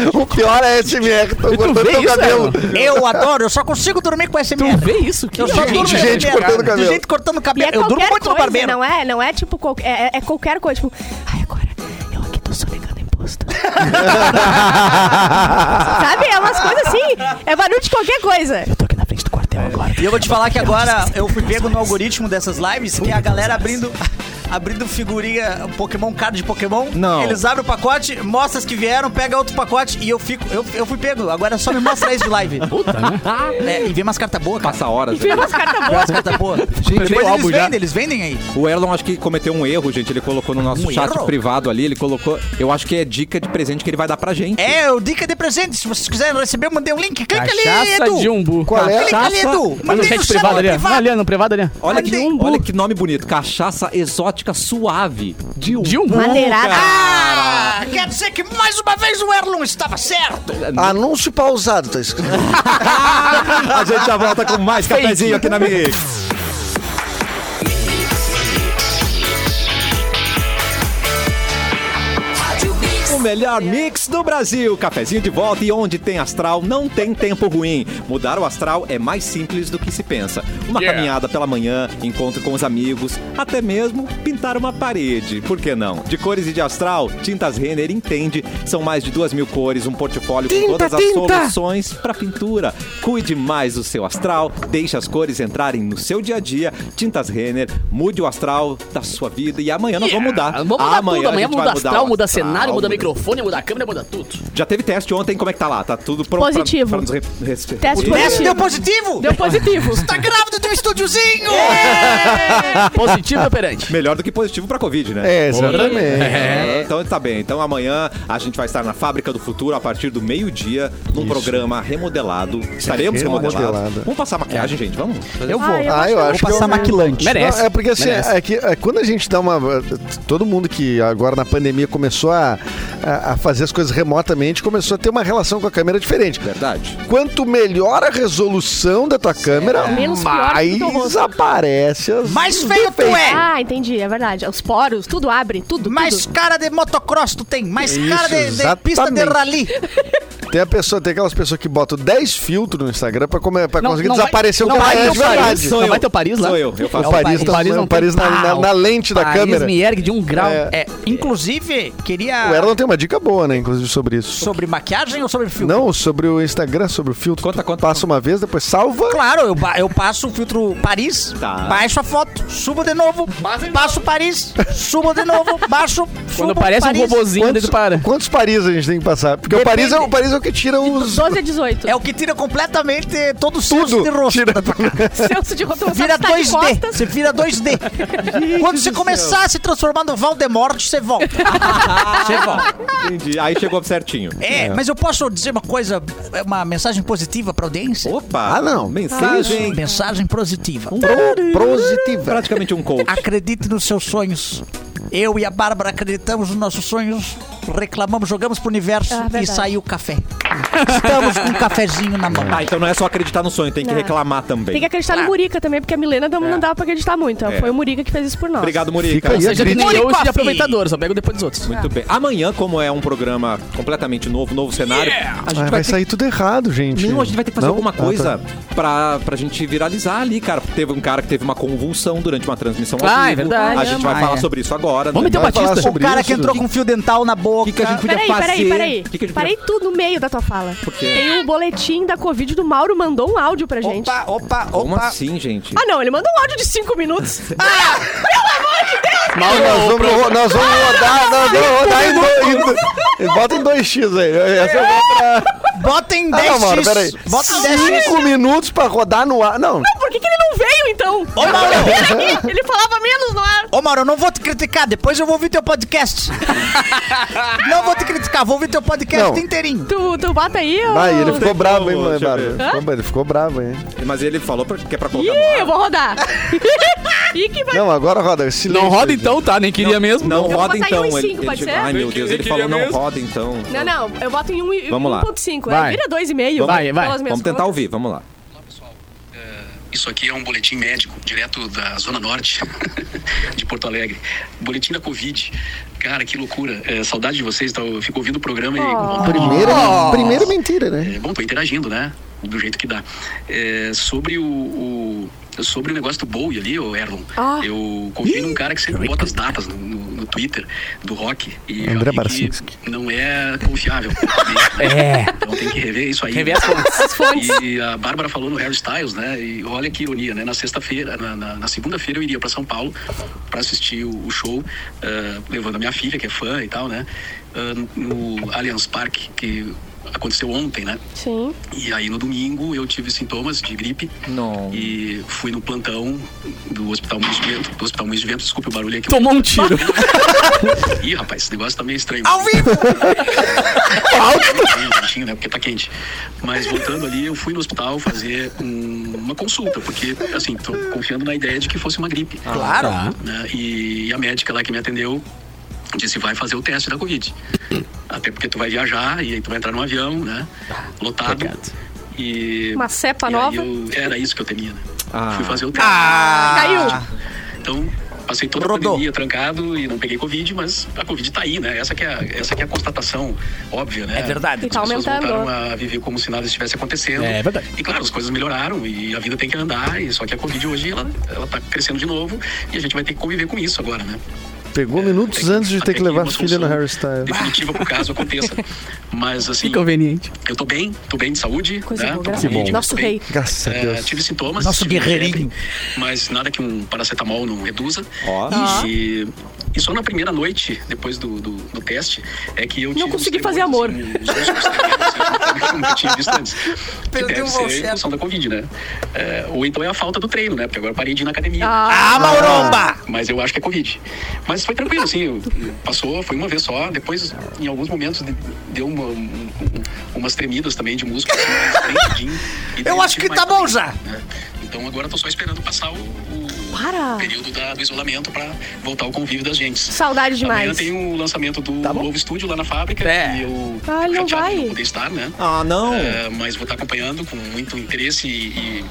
B: tic.
E: O pior é SMR, tô cortando
D: vê
E: teu
D: isso,
E: cabelo.
B: Eu adoro, eu só consigo dormir com SMR.
D: Tu vê isso? Que
B: Eu só
E: Gente,
B: durmo com
E: gente
B: SMR.
E: cortando cabelo.
B: De gente cortando
C: E
B: cabelo.
C: é
B: eu durmo
C: qualquer
B: muito no
C: coisa,
B: barbeiro.
C: não é? Não é tipo, qualquer- é, é qualquer coisa, tipo, ai, agora, eu aqui tô sonegando imposto.
B: Ah.
C: Sabe? É umas coisas assim, é barulho de qualquer coisa.
D: Eu tô aqui na frente do quartel
E: É.
D: agora.
B: E eu vou te falar que agora eu fui pego no algoritmo dessas lives e a galera abrindo. Abrindo figurinha Pokémon, card de Pokémon.
A: Não.
B: Eles abrem o pacote, mostram as que vieram, pega outro pacote e eu fico. Eu, eu fui pego. Agora é só me mostra isso de live. Puta,
D: né?
B: É, e vem umas cartas boas, cara.
A: Passa horas. né?
C: Tem umas cartas boas.
B: Umas cartas boas. Gente,
D: perdeu o
B: depois eles
D: álbum já.
B: vendem, eles vendem aí.
A: O Erlon acho que cometeu um erro, gente. Ele colocou no nosso
B: Um
A: chat
B: erro?
A: privado ali, ele colocou. Eu acho que é dica de presente que ele vai dar pra gente.
B: É, o dica de presente. Se vocês quiserem receber, mandei um link. Clica ali,
D: Cachaça
B: Edu.
D: de um- umbu.
E: Qual é?
B: Clica ali, Edu.
D: Olha no
B: Mandei
D: chat
B: seu
D: privado ali.
B: celular
D: ó. Ali, ó, no privado ali. ó.
A: Olha que,
B: Mandei.
A: olha que nome bonito. Cachaça exótica suave. De um.
D: De umbu.
C: Madeirada.
B: Ah, quer dizer que mais uma vez o Erlon estava certo.
D: é,
E: Anúncio pausado, tá escrito.
A: A gente já volta com mais cafezinho aqui na Mix. O melhor mix do Brasil. Cafezinho de volta e onde tem astral não tem tempo ruim. Mudar o astral é mais simples do que se pensa. Uma caminhada pela manhã, encontro com os amigos, até mesmo pintar uma parede. Por que não? De cores e de astral, Tintas Renner entende. São mais de duas mil cores, um portfólio com todas as soluções para pintura. Cuide mais do seu astral, deixe as cores entrarem no seu dia a dia. Tintas Renner, mude o astral da sua vida e amanhã nós vamos mudar.
D: Vamos mudar tudo.
A: a
D: Amanhã
A: gente vai
D: Ah, muda
A: mudar
D: astral,
A: o
D: muda cenário, muda
A: muda-
D: microfone, muda câmera, muda tudo.
A: já teve teste ontem, como é que tá lá? Tá tudo pronto pra-
C: Positivo.
A: pra nos re- res-
C: Teste
A: responder?
B: Essa
D: é.
C: positivo.
B: deu positivo?
C: Deu positivo.
B: Tá grávida do estúdiozinho!
D: Ah, Positivo e operante.
A: Melhor do que positivo pra Covid, né?
E: É, exatamente.
A: É. Então tá bem. Então amanhã a gente vai estar na Fábrica do Futuro a partir do meio-dia num programa remodelado. Estaremos
E: Remodelado. É.
A: remodelados. Vamos passar maquiagem, gente. Vamos.
B: Eu vou.
C: Ai, eu
E: Ah, eu
C: acho
E: acho que
B: vou passar
E: eu-
B: maquilante.
D: Merece.
E: Não, é porque assim,
A: merece.
E: é que, é, quando a gente dá uma. Todo mundo que agora na pandemia começou a, a, a fazer as coisas remotamente, começou a ter uma relação com a câmera diferente.
A: Verdade.
E: Quanto melhor a resolução da tua câmera,
C: É. Menos pior fica o teu
E: mais
C: rosto.
E: aparece as.
B: Mais feio tu é!
C: Ah, entendi, é verdade. Os poros, tudo abre, tudo,
B: Mais
C: tudo.
B: cara de motocross tu tem, mais
E: Isso,
B: cara de, de pista de
E: exatamente.
B: rally.
E: Tem, a pessoa, tem aquelas pessoas que botam 10 filtros no Instagram pra, comer, pra
D: Não,
E: conseguir
D: não vai-
E: desaparecer
D: não
E: o
D: vai
E: cara
D: ter
E: é
D: o
E: de
D: Paris,
E: verdade.
D: sou
E: Não
D: eu.
E: vai
D: ter o Paris lá?
A: Sou eu. Eu faço.
E: O Paris não- o Paris na- na- na lente da câmera.
D: Paris me ergue de um grau.
E: É.
D: É.
B: Inclusive, queria.
E: O Erlon tem uma dica boa, né, inclusive, sobre isso.
B: Sobre maquiagem ou sobre filtro?
E: Não, sobre o Instagram, sobre o filtro.
A: Conta,
E: Tu
A: conta,
E: Passa uma vez, depois salva.
B: Claro, eu, ba- eu passo o filtro Paris,
A: Tá.
B: baixo a foto, subo de novo, passo Paris, subo de novo, baixo, subo
D: Quando aparece um
B: Paris.
D: robozinho dentro
E: Quantos,
D: do para.
E: quantos Paris a gente tem que passar? Porque o
B: Depende.
E: Paris, é, o Paris é o que tira os.
C: 12 a 18.
B: É o que tira completamente todo o senso
E: Tudo.
B: de rosto.
E: Tira-
C: senso de rotação
B: Vira
C: que tá de
B: 2D.
C: costas.
B: Você vira 2D. Quando você começar a se transformar no Valdemort, você volta. Você volta.
A: Entendi. Aí chegou certinho.
B: É, mas eu posso dizer uma coisa, uma mensagem positiva pra audiência?
A: Opa!
E: Ah, não.
A: Mensagem.
B: Mensagem positiva.
E: Pro, positiva.
A: Praticamente um coach.
B: Acredite nos seus sonhos. Eu e a Bárbara acreditamos nos nossos sonhos, reclamamos, jogamos pro universo
C: Ah,
B: e
C: verdade.
B: saiu o café. Estamos com um cafezinho na mão.
A: Ah, então não é só acreditar no sonho, tem que
C: Não.
A: reclamar também.
C: Tem que acreditar no Murica também, porque a Milena não, não dava pra acreditar muito.
A: É.
C: Foi o Murica que fez isso por nós.
A: Obrigado, Murica.
E: Fica aí.
D: Ou seja, que nem
B: Acredite.
D: eu assim. e
B: Coffee.
D: de aproveitador, só pego depois dos outros.
A: Muito bem. Amanhã, como é um programa completamente novo, novo cenário, a gente
E: Ah,
A: vai,
E: vai
A: ter
E: sair tudo errado, gente.
A: Não, a gente vai ter que fazer
E: Não?
A: alguma
E: Ah, tá.
A: coisa pra, pra gente viralizar ali, cara. Teve um cara que teve uma convulsão durante uma transmissão ao
D: Ah, é
A: vivo.
D: verdade.
A: A gente vai
B: Ah,
A: falar
B: é.
A: sobre isso agora. né?
D: Vamos meter o
E: Vai falar
D: Batista.
B: O
E: sobre
B: cara
E: isso?
B: que entrou com fio dental na boca.
A: que que a gente podia
C: Peraí,
A: fazer?
C: peraí, peraí.
A: O que que a gente
C: Parei
A: podia-
C: tudo no meio da tua fala.
A: Por quê?
C: Tem um boletim da Covid do Mauro, mandou um áudio pra gente.
B: Opa, opa,
A: Como
B: opa.
A: assim, gente?
C: Ah, não, ele mandou um áudio de 5 minutos.
E: Não, nós, vamos, ro- nós vamos rodar, nós vamos rodar em dois. em do- Bota em 2x aí. Essa eu vou pra-
B: Bota em
E: Ah, não,
B: 10
E: mano,
B: x
E: peraí.
B: Bota em 10 x
E: 5 minutos pra rodar no ar. Não,
C: Ah, que, que ele não veio, então?
B: Ô, Mauro!
C: Peraí, ele falava menos no ar.
B: Ô, Mauro, eu não vou te criticar, depois eu vou ouvir teu podcast. não vou te criticar, vou ouvir teu podcast
E: Não.
B: inteirinho.
C: Tu, tu bota aí, ô...
E: Ah, e ele ficou
A: como,
E: bravo, hein,
A: deixa eu
E: Bárbara?
A: ver.
E: Ele ficou- Ele ficou bravo, hein?
A: Mas ele falou pra- que é pra
C: Ih,
A: colocar
C: eu
A: no ar.
C: vou rodar. Ih, que vai...
E: Não, agora roda. Silêncio,
D: Não roda
E: gente.
D: então, tá? Nem queria mesmo.
A: Não
C: vou
A: roda
C: botar em
A: então.
C: 1,5,
A: Ele, ele
C: pode
A: chegou-
C: ser?
A: Ai, meu Deus, ele falou não roda então.
C: Não, não, eu boto em um e-
A: Vamos lá.
C: 1.5. É,
D: Vai.
C: vira 2,5.
D: Vai, vai.
C: pelas minhas
A: Vamos tentar
C: contas.
A: ouvir, vamos lá.
F: Isso aqui é um boletim médico, direto da Zona Norte de Porto Alegre. Boletim da Covid. Cara, que loucura. É, saudade de vocês, tá? eu fico ouvindo o programa e com vontade de
E: Primeira, primeira mentira, né?
F: é, bom, tô interagindo, né? Do jeito que dá. É, sobre o, o- sobre o negócio do Bowie ali, o Erlon.
C: Ah.
F: Eu confiei num cara que sempre bota as datas no, no- no Twitter do rock. E
E: André
F: já vi que
E: Barcinski.
F: Não é confiável. é. Então tem que rever isso aí.
D: Rever as fontes.
F: E a Bárbara falou no Harry Styles, né? E olha que ironia, né? Na sexta-feira, na, na- na segunda-feira eu iria pra São Paulo pra assistir o, o show, eh, levando a minha filha, que é fã e tal, né? Ah, no, no Allianz Parque, que aconteceu ontem, né?
C: Sim.
F: E aí no domingo eu tive sintomas de gripe.
A: Não.
F: E fui no plantão do Hospital Luiz de Vento. Do Hospital Luiz de Vento, desculpe o barulho aqui.
D: Tomou um tiro.
F: Ih, rapaz, esse negócio tá meio estranho.
B: Ao vivo!
F: Bem quentinho, né? Porque tá quente. Mas voltando ali, eu fui no hospital fazer um- uma consulta, porque, assim, tô confiando na ideia de que fosse uma gripe.
D: Ah.
B: Claro.
F: né? E, a médica lá que me atendeu disse, vai fazer o teste da Covid.
D: Hum.
F: Até porque tu vai viajar e aí tu vai entrar num avião, né?
D: Ah,
F: Lotado. E,
C: Uma cepa
F: e aí
C: nova.
F: eu- era isso que eu temia, né?
A: Ah.
F: Fui fazer o teste.
C: Ah, Caiu.
F: Então, passei toda
B: Rodou.
F: a pandemia trancado e não peguei Covid, mas a Covid tá aí, né? Essa que é a, essa que é a constatação óbvia, né?
D: É verdade.
C: E tá
F: As pessoas
C: aumentando.
F: voltaram a viver como se nada estivesse acontecendo.
D: É verdade.
F: E claro, as coisas melhoraram e a vida tem que andar, e só que a Covid hoje ela, ela tá crescendo de novo e a gente vai ter que conviver com isso agora, né?
E: Pegou minutos antes de ter que levar a filha no Harry Styles.
F: Definitiva pro caso aconteça. Mas assim,
D: Inconveniente.
F: eu tô bem, tô bem de saúde.
C: Coisa
F: né?
C: boa,
F: Tô
C: graças a
F: bem,
C: Deus. Nosso
F: tô bem.
C: rei.
E: Graças a
F: É,
E: Deus.
F: tive sintomas.
B: Nosso
F: tive
B: guerreirinho.
F: febre, Mas nada que um paracetamol não reduza.
A: Ó.
F: E, e só na primeira noite, depois do, do, do teste, é que eu tive uns
C: consegui fazer
F: tremores,
C: amor.
F: assim, uns outros tremores, assim, que eu nunca tinha visto antes. Que
B: Perdeu o
F: deve ser
B: falsete.
F: a função da Covid, né? É, ou então é a falta do treino, né? Porque agora eu parei de ir na academia.
B: Ah, Mauromba!
F: Mas eu acho que é Covid. Mas foi tranquilo, assim. eu- Passou, foi uma vez só. Depois, em alguns momentos, de- deu uma- um- um- umas tremidas também de músculo. Assim, mas bem rapidinho. E daí
B: Eu acho
F: tive
B: que tá
F: mais
B: bom
F: também,
B: já.
F: né? Então agora eu tô só esperando passar o, o
C: Para.
F: período da- do isolamento pra voltar ao convívio das gentes.
C: Saudade
F: Amanhã
C: demais.
F: tem o lançamento do
B: Tá
F: novo estúdio lá na fábrica.
D: É.
F: E eu
C: Ah, ele não
F: chateado de
C: vai.
F: não poder estar, né?
A: Ah, não.
F: É, mas vou estar acompanhando com muito interesse e, e-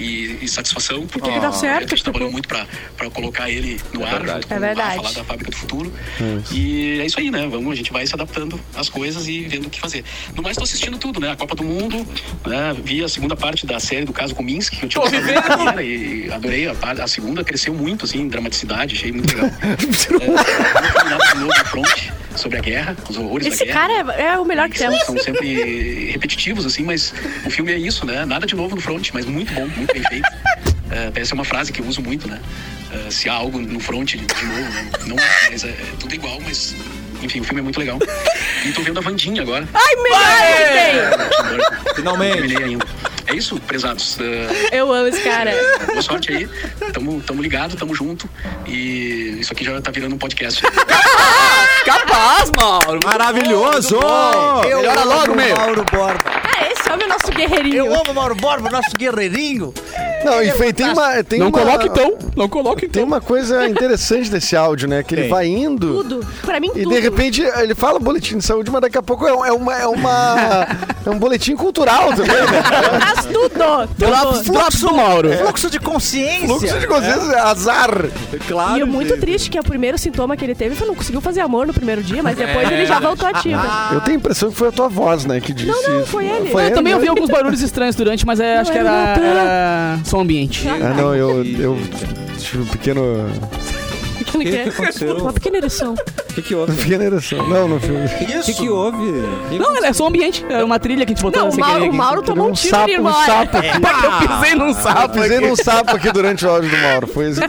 F: e- e satisfação. Porque
C: que dá
F: ah,
C: certo,
F: a gente trabalhou
C: tipo-
F: muito para colocar ele no ar,
A: verdade.
F: junto com
C: É verdade.
F: a falar da fábrica do futuro. E é isso aí, né? Vamos, a gente vai se adaptando às coisas e vendo o que fazer. No mais, estou assistindo tudo, né? A Copa do Mundo, né? vi a segunda parte da série do caso com o Minsk, que eu tinha gostado da primeira e adorei. A, par- a segunda cresceu muito, assim, em dramaticidade, achei muito legal. é, vou terminar de novo a fronte sobre a guerra, os horrores
C: Esse
F: da guerra.
C: cara é, é o melhor que
F: São-
C: temos.
F: São sempre repetitivos, assim, mas o filme é isso, né? Nada de novo no front, mas muito bom, muito bem feito. É, essa é uma frase que eu uso muito, né? É, se há algo no front de novo, né? Não, mas é, é tudo igual, mas. Enfim, o filme é muito legal. E tô vendo a Vandinha agora.
C: Ai, melhor que
F: Não
A: Finalmente.
F: terminei ainda. É isso, prezados. É,
C: tem. Eu amo esse cara.
F: boa sorte aí. Tamo, tamo ligado, tamo junto. E isso aqui já tá virando um podcast.
D: Capaz, Mauro.
A: Maravilhoso!
B: Eu
D: Melhora
B: amo
D: logo, meu.
B: Mauro Borba.
C: Cara, esse homem é o nosso guerreirinho.
B: Eu amo o Mauro Borba, nosso guerreirinho.
E: Não, e fe- tem uma. Tem
D: Não
E: uma...
D: coloca então. Não coloca então.
E: Tem uma coisa interessante desse áudio, né? Que ele
A: Tem.
E: vai indo.
C: Tudo. Pra mim,
E: E
C: tudo.
E: de repente ele fala boletim de saúde, mas daqui a pouco é um- é uma. É, uma, é um boletim cultural também, né?
C: Faz tudo.
D: Drops, drops do Mauro.
B: Fluxo de consciência.
E: Fluxo de consciência, azar.
A: Claro.
C: E é muito
A: gente.
C: triste que o primeiro sintoma que ele teve foi não conseguiu fazer amor no primeiro dia, mas depois ele já voltou ativo.
E: Eu tenho a impressão que foi a tua voz, né? Que disse.
C: Não, não,
E: isso.
C: foi ele.
E: Foi
C: Eu
D: Eu também
E: né?
D: ouvi alguns barulhos estranhos durante, mas é, acho que
C: era
D: era,
C: Natan.
D: era som ambiente.
E: Ah, não, eu, eu tive um pequeno.
C: Como é que é?
A: que aconteceu?
C: Uma pequena ereção.
A: O que, que houve? O
E: Pequena ereção. Não, no filme.
A: que, que houve? Que-
D: Não, é só um ambiente. É uma trilha que a gente botou
C: Não, o
D: nessa
C: Mauro,
D: aqui.
C: o Mauro tomou um
E: um
C: tiro
E: sapo,
C: de
E: um
C: irmão.
E: sapo.
D: Eu pisei num
E: Eu
D: sapo.
E: pisei num sapo aqui durante o áudio do Mauro. Foi isso.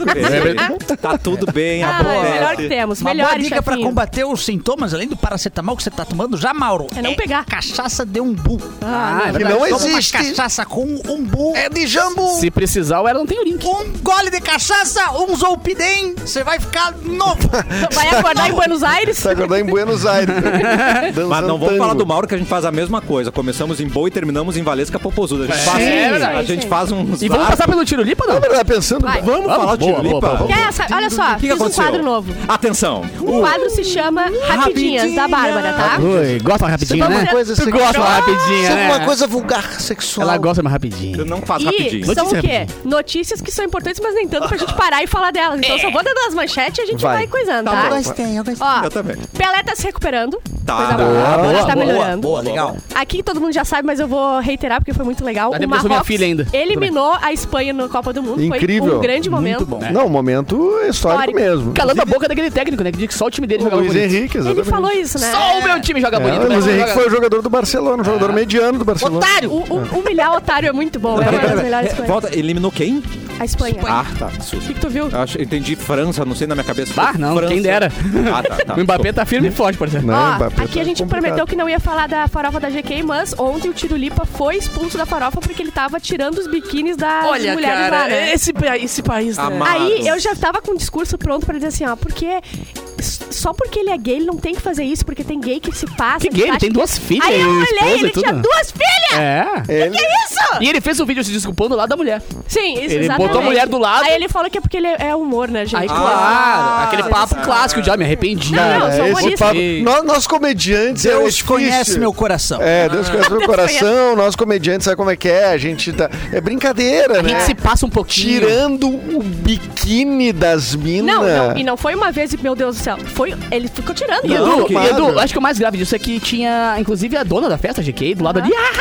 A: Tá tudo bem,
C: Ah, é o
A: acontece.
C: melhor que temos.
B: Uma
C: melhor,
B: boa dica pra
C: chefinho.
B: combater os sintomas, além do paracetamol que você tá tomando já, Mauro.
C: É não pegar.
B: Cachaça de umbu.
C: Ah,
E: Que não
B: Toma uma
E: existe.
B: cachaça com umbu.
E: É de jambu.
D: Se precisar, o ela não tem o link.
B: Um gole de cachaça, um zolpidem, você vai ficar novo.
C: não. Vai acordar em Buenos Aires?
E: Tá acordando em Buenos Aires. né?
A: Mas
E: Dançando
A: não vamos
E: tango.
A: falar do Mauro que a gente faz a mesma coisa. Começamos em Boi e terminamos em Valesca Popozuda. A gente, faz,
D: é
A: a
C: verdade.
A: gente faz uns.
D: E vamos
A: vários-
D: passar pelo tiro limpa, não?
E: Na verdade, Tá pensando.
C: Vai.
A: Vamos falar
D: Boa,
A: do Tiro
D: boa, boa,
A: Lipa?
D: boa.
C: Quer essa? Olha só,
A: O que, que
C: fiz um
A: aconteceu?
C: quadro novo.
A: Atenção.
C: O quadro se chama Rapidinhas, da Bárbara, tá?
D: Oi, gosta mais rapidinha,
E: uma
D: né?
E: coisa
D: tu
E: sexual.
D: gosta mais rapidinha,
E: Sempre
D: né?
E: é uma coisa vulgar, sexual.
D: Ela gosta mais
A: Eu
D: rapidinho.
A: não faço
C: E
A: rapidinho.
C: são
D: Notícia
C: o quê?
D: rapidinho.
C: Notícias que são importantes, mas nem tanto pra gente parar e falar delas. Então eu só vou dando as manchetes e a gente vai,
E: Vai.
C: coisando, tá?
B: gostei, eu gostei.
C: Ó,
A: Eu também.
C: Pelé tá se recuperando.
A: Tá.
C: Coisa
A: Boa,
C: boa,
D: boa,
C: tá
D: boa,
C: melhorando.
B: Boa, legal.
C: Aqui todo mundo já sabe, mas eu vou reiterar porque foi muito legal.
D: Tá
C: O
D: depois da
C: Marrocos
D: minha filha ainda.
C: eliminou a Espanha na Copa do Mundo. Foi
E: Incrível.
C: um grande momento.
B: bom.
A: É.
E: Não, um momento histórico,
C: Histórico.
E: mesmo.
D: Calando Tá a boca daquele técnico, né? Que diz que só o time dele
E: O
D: jogava
E: Luiz
D: bonito.
E: Henrique,
C: Ele
E: exatamente.
C: falou isso, né?
D: Só o meu time joga
E: É,
D: bonito.
E: o
D: mas
E: Luiz
D: não
E: Henrique
D: joga-
E: foi o jogador do Barcelona, um jogador mediano do Barcelona.
D: Otário!
C: O, o- humilhar o otário é muito bom, é uma das melhores
A: É,
C: coisas.
A: Volta, eliminou quem?
C: A Espanha.
A: Ah, tá.
C: O que, que tu viu?
A: Eu acho- entendi França, não sei na minha cabeça.
D: Ah, não,
A: França.
D: quem dera.
A: Ah, tá, tá.
D: O Mbappé tá firme e forte, parceiro.
E: Não,
C: Ó,
E: Mbappé
C: aqui
E: tá
C: a gente
E: complicado.
C: prometeu que não ia falar da farofa da GK, mas ontem o Tirulipa foi expulso da farofa porque ele tava tirando os biquínis das mulheres lá, né?
D: esse, pa- esse país,
A: Amado.
C: Aí eu já tava com o discurso pronto pra dizer assim, ó, porque s- só porque ele é gay, ele não tem que fazer isso, porque tem gay que se passa.
D: Que
C: que
D: gay, ele
C: acha
D: tem
C: que-
D: duas filhas
C: Aí eu
D: e
C: olhei,
D: esposa e
C: ele tinha
D: tudo.
C: duas filhas!
D: É.
E: Ele,
C: Isso!
D: E ele fez um vídeo se desculpando lá da mulher.
C: Sim, isso,
D: Ele
C: exatamente.
D: botou a mulher do lado.
C: Aí ele falou que é porque ele é humor, né, gente?
D: Aí,
C: Não,
D: claro, aquele papo clássico de, ah, me arrependi.
C: Não, não, eu sou
E: esse
C: humorista.
E: papo,
D: Sim.
E: nós, nós comediantes, é
B: Deus
E: difícil.
B: conhece meu coração.
E: É, Deus conhece meu coração, nós comediantes, sabe como é que é? A gente tá. É brincadeira,
D: A gente
E: né?
D: se passa um pouquinho.
E: Tirando o biquíni das minas.
C: Não, não, e não foi uma vez, e meu Deus do céu. Foi, ele ficou tirando.
D: E
E: Não,
D: Edu,
E: claro.
D: e Edu, acho que o mais grave disso é que tinha, inclusive, a dona da festa, GK, do lado ali, ah,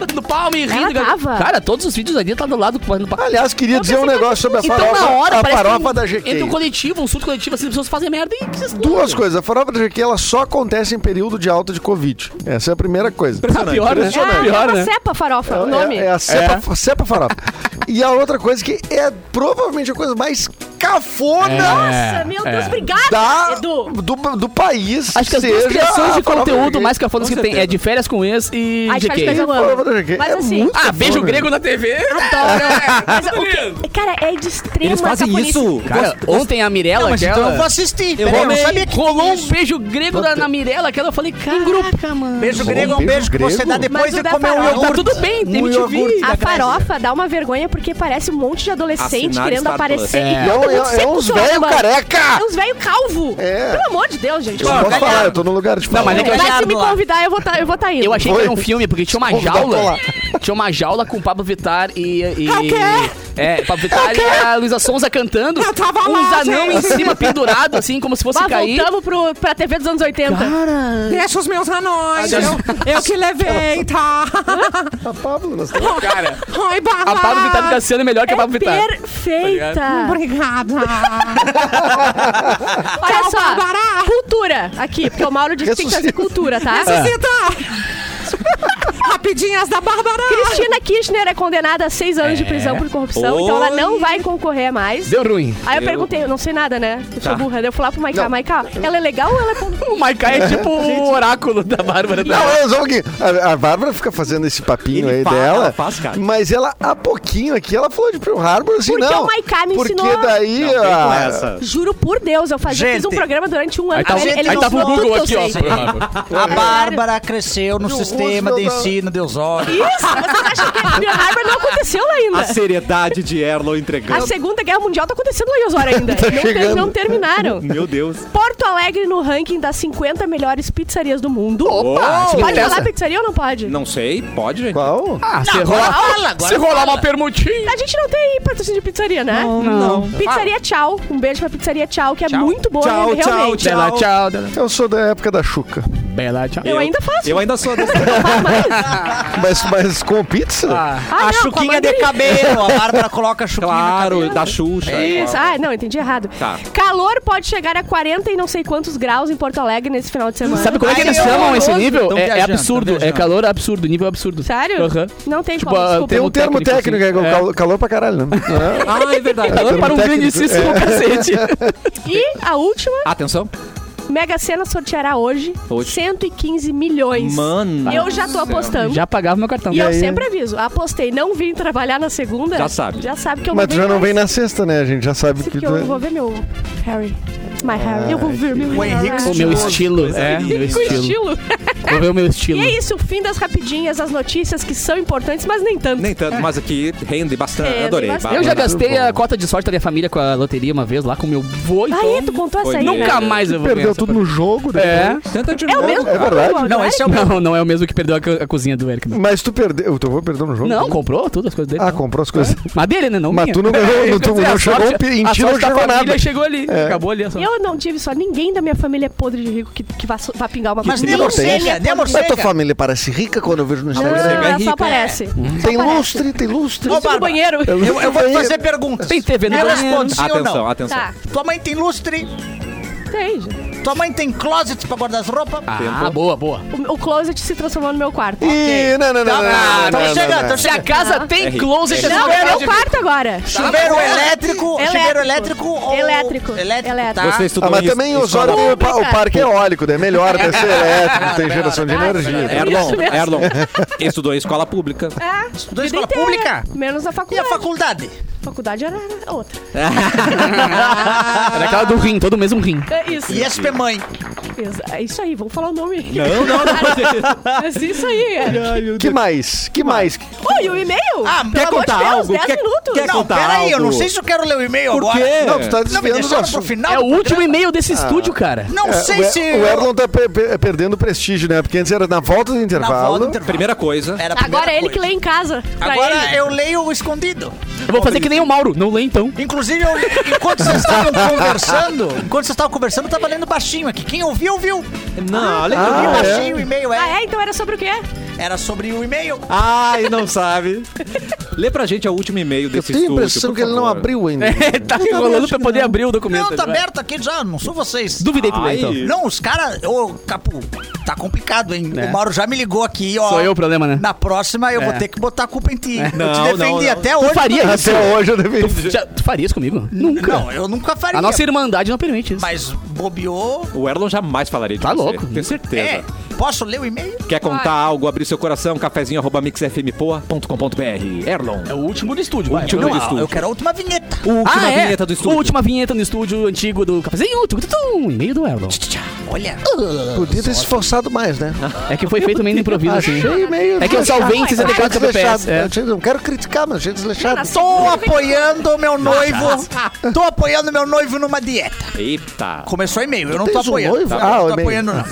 D: batendo palma e rindo.
C: tava.
D: Cara, todos os vídeos ali tá do lado batendo palma.
E: Aliás, queria dizer um negócio sobre a
D: Então,
E: farofa.
D: na hora,
E: a
D: parece
E: farofa
D: que
E: da GQ.
D: entra um coletivo, um surto coletivo, assim, as pessoas fazem merda e... que vocês-
E: Duas coisas. A farofa da GQ ela só acontece em período de alta de Covid. Essa é a primeira coisa.
D: Tá pior, né?
C: É, é
D: Tá pior,
C: uma
D: né?
C: cepa farofa, o
E: É-
C: nome.
E: É, a cepa, cepa farofa. e a outra coisa que é provavelmente a coisa mais cafona
C: Nossa, meu Deus,
D: é.
C: obrigada,
E: da,
C: Edu.
E: do, do país.
D: Acho que as duas
E: seja
D: criações
E: a
D: de
E: farofa
D: conteúdo
E: GQ.
D: mais cafonas
A: Com
D: que tem
A: certeza.
D: é de férias com ex e
C: Ai, de
D: GK.
C: férias com ex eu amo.
E: Farofa da GQ
C: Mas
E: é
C: assim,
E: muito
D: Ah, beijo
E: cafona.
D: grego na TV.
C: Adoro. Mas, o que- cara, é de extrema
A: Eles fazem
C: cafonice.
A: isso.
D: Cara, ontem a Mirella,
B: Não, mas
D: aquela...
B: então eu vou assistir.
A: Eu
B: Peraí, eu não
A: amei.
B: sabia que
D: Rolou um beijo grego na, na Mirella, aquela eu falei, caraca, mano.
B: Beijo
E: Bom,
B: grego é um
E: beijo
B: beijo que você
E: grego.
B: dá depois
C: Mas o
B: de
C: da
B: comer um
C: farofa-
B: iogurte.
D: Tá tudo bem, tem
B: Um
D: MTV.
B: iogurte da
C: A
B: Grécia.
C: farofa dá uma vergonha porque parece um monte de adolescente
A: Assinar
C: querendo
A: Star
C: aparecer.
A: Plus.
C: E todo mundo
E: É, é, é
C: sempre
E: uns
C: zoando,
E: velho
C: mano.
E: careca.
C: É uns velho calvo.
E: É.
C: Pelo amor de Deus, gente.
E: Eu
B: Ó,
E: posso
B: galera.
E: falar, eu tô no lugar de falar.
D: Não, mas é que eu
C: Mas se
B: Galhardo
C: me
B: lá.
C: convidar, eu vou tá, eu vou tá indo.
D: Eu achei que
E: Foi.
D: era um filme, porque tinha uma
E: Vou dar
D: jaula.
E: colar.
D: Tinha uma jaula com o Pablo Vittar e. e é, Pablo Vittar e a Luísa Sonza cantando. Eu tava lá, uns anão em cima pendurado, assim, como se fosse
C: Bah,
D: cair.
C: voltamos pro, pra TV dos anos 80.
G: Deixa os meus anões, eu, eu que levei, tá?
E: A Pablo, nós estamos...
D: Cara,
G: Ai,
D: a Pablo Vittar do
G: barra.
D: Cassiano é melhor que a Pablo Vittar. Tá
C: Perfeita.
G: Obrigada. Tá
C: Olha
G: Tchau,
C: só,
G: Bárbara.
C: cultura aqui, porque o Mauro disse que tem que fazer cultura,
E: É.
C: tá?
G: Cita. Rapidinhas da Bárbara.
C: Cristina Kirchner é condenada a seis anos de
D: É.
C: prisão por corrupção, então ela não vai concorrer mais.
D: Deu ruim.
C: Aí eu perguntei, eu não sei nada, né? Eu sou
A: Tá.
C: burra. Daí eu fui lá pro Maiká, Maiká, ela é legal ou ela é corrupta?
D: O Maiká é tipo o oráculo da Bárbara.
E: Não, é só um pouquinho. A, a Bárbara fica fazendo esse papinho
A: Ele
E: aí
A: fala,
E: dela.
A: ela faz, cara.
E: Mas ela, há pouquinho aqui, ela falou de Pearl Harbor, assim,
C: Porque
E: não.
C: o Maiká me
E: porque
C: ensinou.
E: daí...
A: Não, vem com
E: ah,
A: essa.
C: Juro por Deus, eu fazia, fiz um
B: Gente.
C: programa durante um ano.
D: Aí tá,
C: com ele, ele
D: aí
C: não
D: tá pro
C: falou
D: Google
C: tudo
D: aqui,
C: que eu
D: ó.
C: sei.
B: A Bárbara cresceu no
E: Do
B: sistema de
E: Roosevelt.
B: ensino de Osório.
C: Isso, mas vocês acham que Pearl Harbor não aconteceu lá
A: A
C: ainda?
A: seriedade de Erlon
C: A
A: entregando.
C: Segunda Guerra Mundial tá acontecendo lá em Osório ainda. não, ter-
E: chegando.
C: não terminaram.
A: Meu Deus.
C: Porto Alegre no ranking das 50 melhores pizzarias do mundo.
A: Opa!
C: Pode
D: Interessa.
C: falar pizzaria ou não pode?
A: Não sei, pode, gente.
E: Qual?
D: Ah, se rolar, se rolar uma permutinha.
C: A gente não tem patrocínio de pizzaria, né?
A: Não.
C: Pizzaria Tchau. Um beijo pra Pizzaria Tchau, que é muito boa,
A: Tchau,
C: realmente.
A: tchau, tchau.
D: Bela tchau,
E: Eu sou da época da Xuca.
D: bela tchau.
C: Eu ainda faço.
A: Eu ainda sou desse.
C: Não faz mais. Ah,
E: Mas, mas com pizza?
A: Ah,
B: a
C: não, com a
B: chuquinha de
C: mandarim.
B: cabelo. A Bárbara coloca a chuquinha
A: Claro,
B: de
A: da Xuxa.
C: Isso, ah, não, entendi errado.
A: Tá.
C: Calor pode chegar a 40 e não sei quantos graus em Porto Alegre nesse final de semana.
D: Sabe como é que
B: Ai,
D: eles
B: é
D: chamam esse
B: horroroso.
D: nível?
B: Tão
D: É- É,
B: viajando,
D: absurdo.
B: tão
D: É
B: viajando.
D: calor absurdo, nível absurdo.
C: Sério?
D: Aham.
C: Não tem
D: Tipo,
C: como,
D: ah,
C: desculpa.
E: Tem um termo técnico, é
D: assim.
E: cal- calor pra caralho, né?
A: Ah, é verdade.
D: Calor para um
E: técnico.
D: grandíssimo cacete.
C: E a última,
A: Atenção.
C: Mega Sena sorteará hoje,
A: Hoje.
C: 115 milhões.
A: Mano.
C: Eu já tô apostando.
D: Já pagava meu cartão.
C: E eu sempre aviso, apostei, não vim trabalhar na segunda.
A: Já sabe.
C: Já sabe que eu
E: Mas
C: vou
E: tu já
C: ver
E: não vem
C: mais.
E: na sexta, né? A gente já sabe
C: Sim,
E: que
C: Porque
E: tu é.
C: eu vou ver meu Harry. My Harry. Eu vou ver meu
B: O Henrique
C: Harry.
D: O meu estilo. É, meu
C: Com
D: estilo.
C: estilo.
D: Vou ver o meu estilo.
C: E é isso, o fim das rapidinhas, as notícias que são importantes, mas nem tanto.
A: Nem tanto, mas aqui rende bastante.
C: Rende
A: Adorei.
C: bastante.
D: Eu já
A: Bárbara.
D: gastei a cota de sorte da minha família com a loteria uma vez lá com meu vô. então
C: Aí, tu contou essa
A: Foi
C: aí?
A: bem.
C: né?
D: Nunca mais eu vou
E: Perdeu
D: ganhar
E: tudo
D: essa
E: no jogo,
D: coisa.
E: né?
D: É.
A: Tanta de
C: É o mesmo?
E: É verdade.
C: Não,
B: Não, esse é o meu.
D: Não, não é o mesmo que perdeu a, co- a cozinha do Eric. Não,
E: Mas tu perdeu. O teu avô perdeu no jogo?
D: não comprou tudo, as coisas dele.
E: Ah,
D: não.
A: É.
E: comprou as coisas.
D: Mas dele, né? Não
E: Mas
D: minha.
E: tu não ganhou,
D: Quer
E: tu
D: dizer,
E: não
D: a
E: chegou
D: sorte-
E: em
D: a
E: ti, não
D: sorte da
E: chegou
D: família
E: nada.
D: chegou ali.
E: É.
D: Acabou ali a sorte.
C: Eu não tive só ninguém da minha família é podre de rico que, que vá, vá pingar uma
B: Mas
C: coisa.
B: nem a morcega, nem a
E: Mas tua
B: morcega.
E: família parece rica quando eu vejo no
C: é Não,
E: Instagram.
A: é
C: só
A: rica.
C: aparece. Só
E: Tem
C: aparece.
E: lustre, tem lustre.
B: Ô,
C: Isso no
B: Bárbara,
C: banheiro.
B: Eu, eu vou te fazer perguntas.
D: Tem TV no
B: Eu
D: banheiro.
B: respondo sim ou
A: Atenção,
B: não.
A: atenção.
C: Tá,
B: Tua mãe tem lustre,
C: tem. já.
B: tua mãe tem closet pra guardar as roupas.
D: Ah, boa, boa.
C: O, o closet se transformou no meu quarto.
E: Ih, não, não, não, não, não, não,
B: Então
E: não,
B: chega,
E: não.
B: então
D: Se a
B: chega.
D: casa tem closet,
A: É.
D: não,
C: Não,
D: não,
C: é meu quarto agora.
B: Chuveiro elétrico,
C: Elétrico.
B: chuveiro elétrico ou...
C: Elétrico.
B: Elétrico, tá?
C: Elétrico.
A: Você estudou
E: Ah, mas
A: em
E: também
A: escola-
E: os olhos tem o, pa- o
C: pública.
E: parque eólico, né? É Melhor deve ser elétrico, tem geração de
C: verdade.
E: energia.
C: É.
A: Erlon,
C: Isso mesmo.
A: Erlon, estudou em escola pública.
C: É,
B: Estudou em
C: vida
B: escola
C: inteira.
B: pública?
C: Menos na
B: E a
C: faculdade.
B: faculdade?
C: faculdade era era outra.
D: Era aquela do rim, todo mês um rim.
C: É isso.
B: E SP mãe?
C: Isso- É isso aí, vamos falar o nome.
A: Ah, Não, não, não.
C: Mas isso aí. é.
E: Que mais? Que mais?
C: Oi, e o e-mail?
B: Ah,
C: Pelo
B: quer
C: amor de
A: contar
C: Deus,
A: algo?
C: 10
A: Quer-
C: minutos.
A: quer
B: Não,
A: contar
B: peraí, eu
A: algo?
B: não sei se eu quero ler o e-mail
A: Por
B: agora.
A: quê?
E: Não, tu
B: É. Não,
E: tá
B: me
E: desviando do
B: deixaram pro
E: assunto.
B: final.
D: É o
B: do
D: último
B: programa.
D: e-mail desse estúdio, cara.
B: Não
E: É,
B: sei
E: o,
B: se...
E: o Erlon tá pe- pe- perdendo prestígio, né? Porque antes era na volta do
B: Na volta do
E: intervalo.
B: intervalo.
A: Primeira coisa,
B: Era a primeira
C: Agora é ele
B: coisa.
C: que lê em casa. pra
B: Agora
C: ele.
B: eu leio escondido.
D: Eu vou fazer que nem o Mauro. Não lê então.
B: Inclusive, eu, enquanto vocês
D: Tá
B: estavam conversando, enquanto vocês estavam conversando, eu tava lendo baixinho aqui. Quem ouviu, ouviu.
A: Não, olha
B: Eu li
E: Ah, é?
B: baixinho o e-mail, é.
C: Ah, é? Então era sobre o quê?
B: Era sobre o e-mail.
E: Ah,
A: Ai, não sabe. Lê pra gente o último e-mail
E: Eu
A: desse
E: tenho a
A: estúdio,
E: impressão
A: por
E: que ele não
A: favor.
E: abriu ainda.
D: tá enrolando pra poder abrir o documento.
B: Não, tá
D: Vai.
B: aberto aqui já, não sou vocês.
D: Duvidei do
A: Ai.
D: então.
B: Não, os caras... Ô, Capu, tá complicado, hein?
D: É.
B: O Mauro já me ligou aqui, ó.
D: Sou eu o problema, né?
B: Na próxima eu
D: É.
B: vou ter que botar a culpa em ti. eu te
A: Não,
B: defendi
A: não, não.
B: até
D: Tu
B: hoje.
D: faria isso?
E: Até hoje eu devia.
D: Já- tu faria isso comigo?
B: Não, eu nunca faria.
D: A nossa irmandade não permite isso.
B: Mas bobeou.
A: O Erlon jamais falaria de
D: Tá
A: você,
D: louco.
A: Tenho certeza.
B: É, posso ler o e-mail?
A: Quer contar
C: Vai.
A: algo, abrir seu coração, cafezinho arroba mixfmpoa.com.br. Erlon.
D: É o último do estúdio, vai.
A: Último
D: Não,
A: do
D: a-
A: estúdio.
B: Eu quero a última vinheta.
A: O Última
D: ah, é?
A: vinheta do estúdio.
D: Última vinheta no estúdio antigo do cafezinho. Tu, tu, tu, e-mail do Elon.
B: Olha.
E: Podia ter se esforçado mais, né?
D: É que foi feito meio no improviso, assim.
E: Achei meio.
D: É que eu salvei em 64
E: Desleixado.
D: kbps. É.
E: Achei- Não quero criticar, mas achei desleixado.
B: Tô apoiando meu noivo. Tô apoiando meu noivo numa dieta.
A: Eita.
B: Começou o e-mail, eu não tô
E: Tens um
B: apoiando.
E: noivo?
B: Eu
E: Ah, o
B: não tô
E: e-mail.
B: apoiando, não.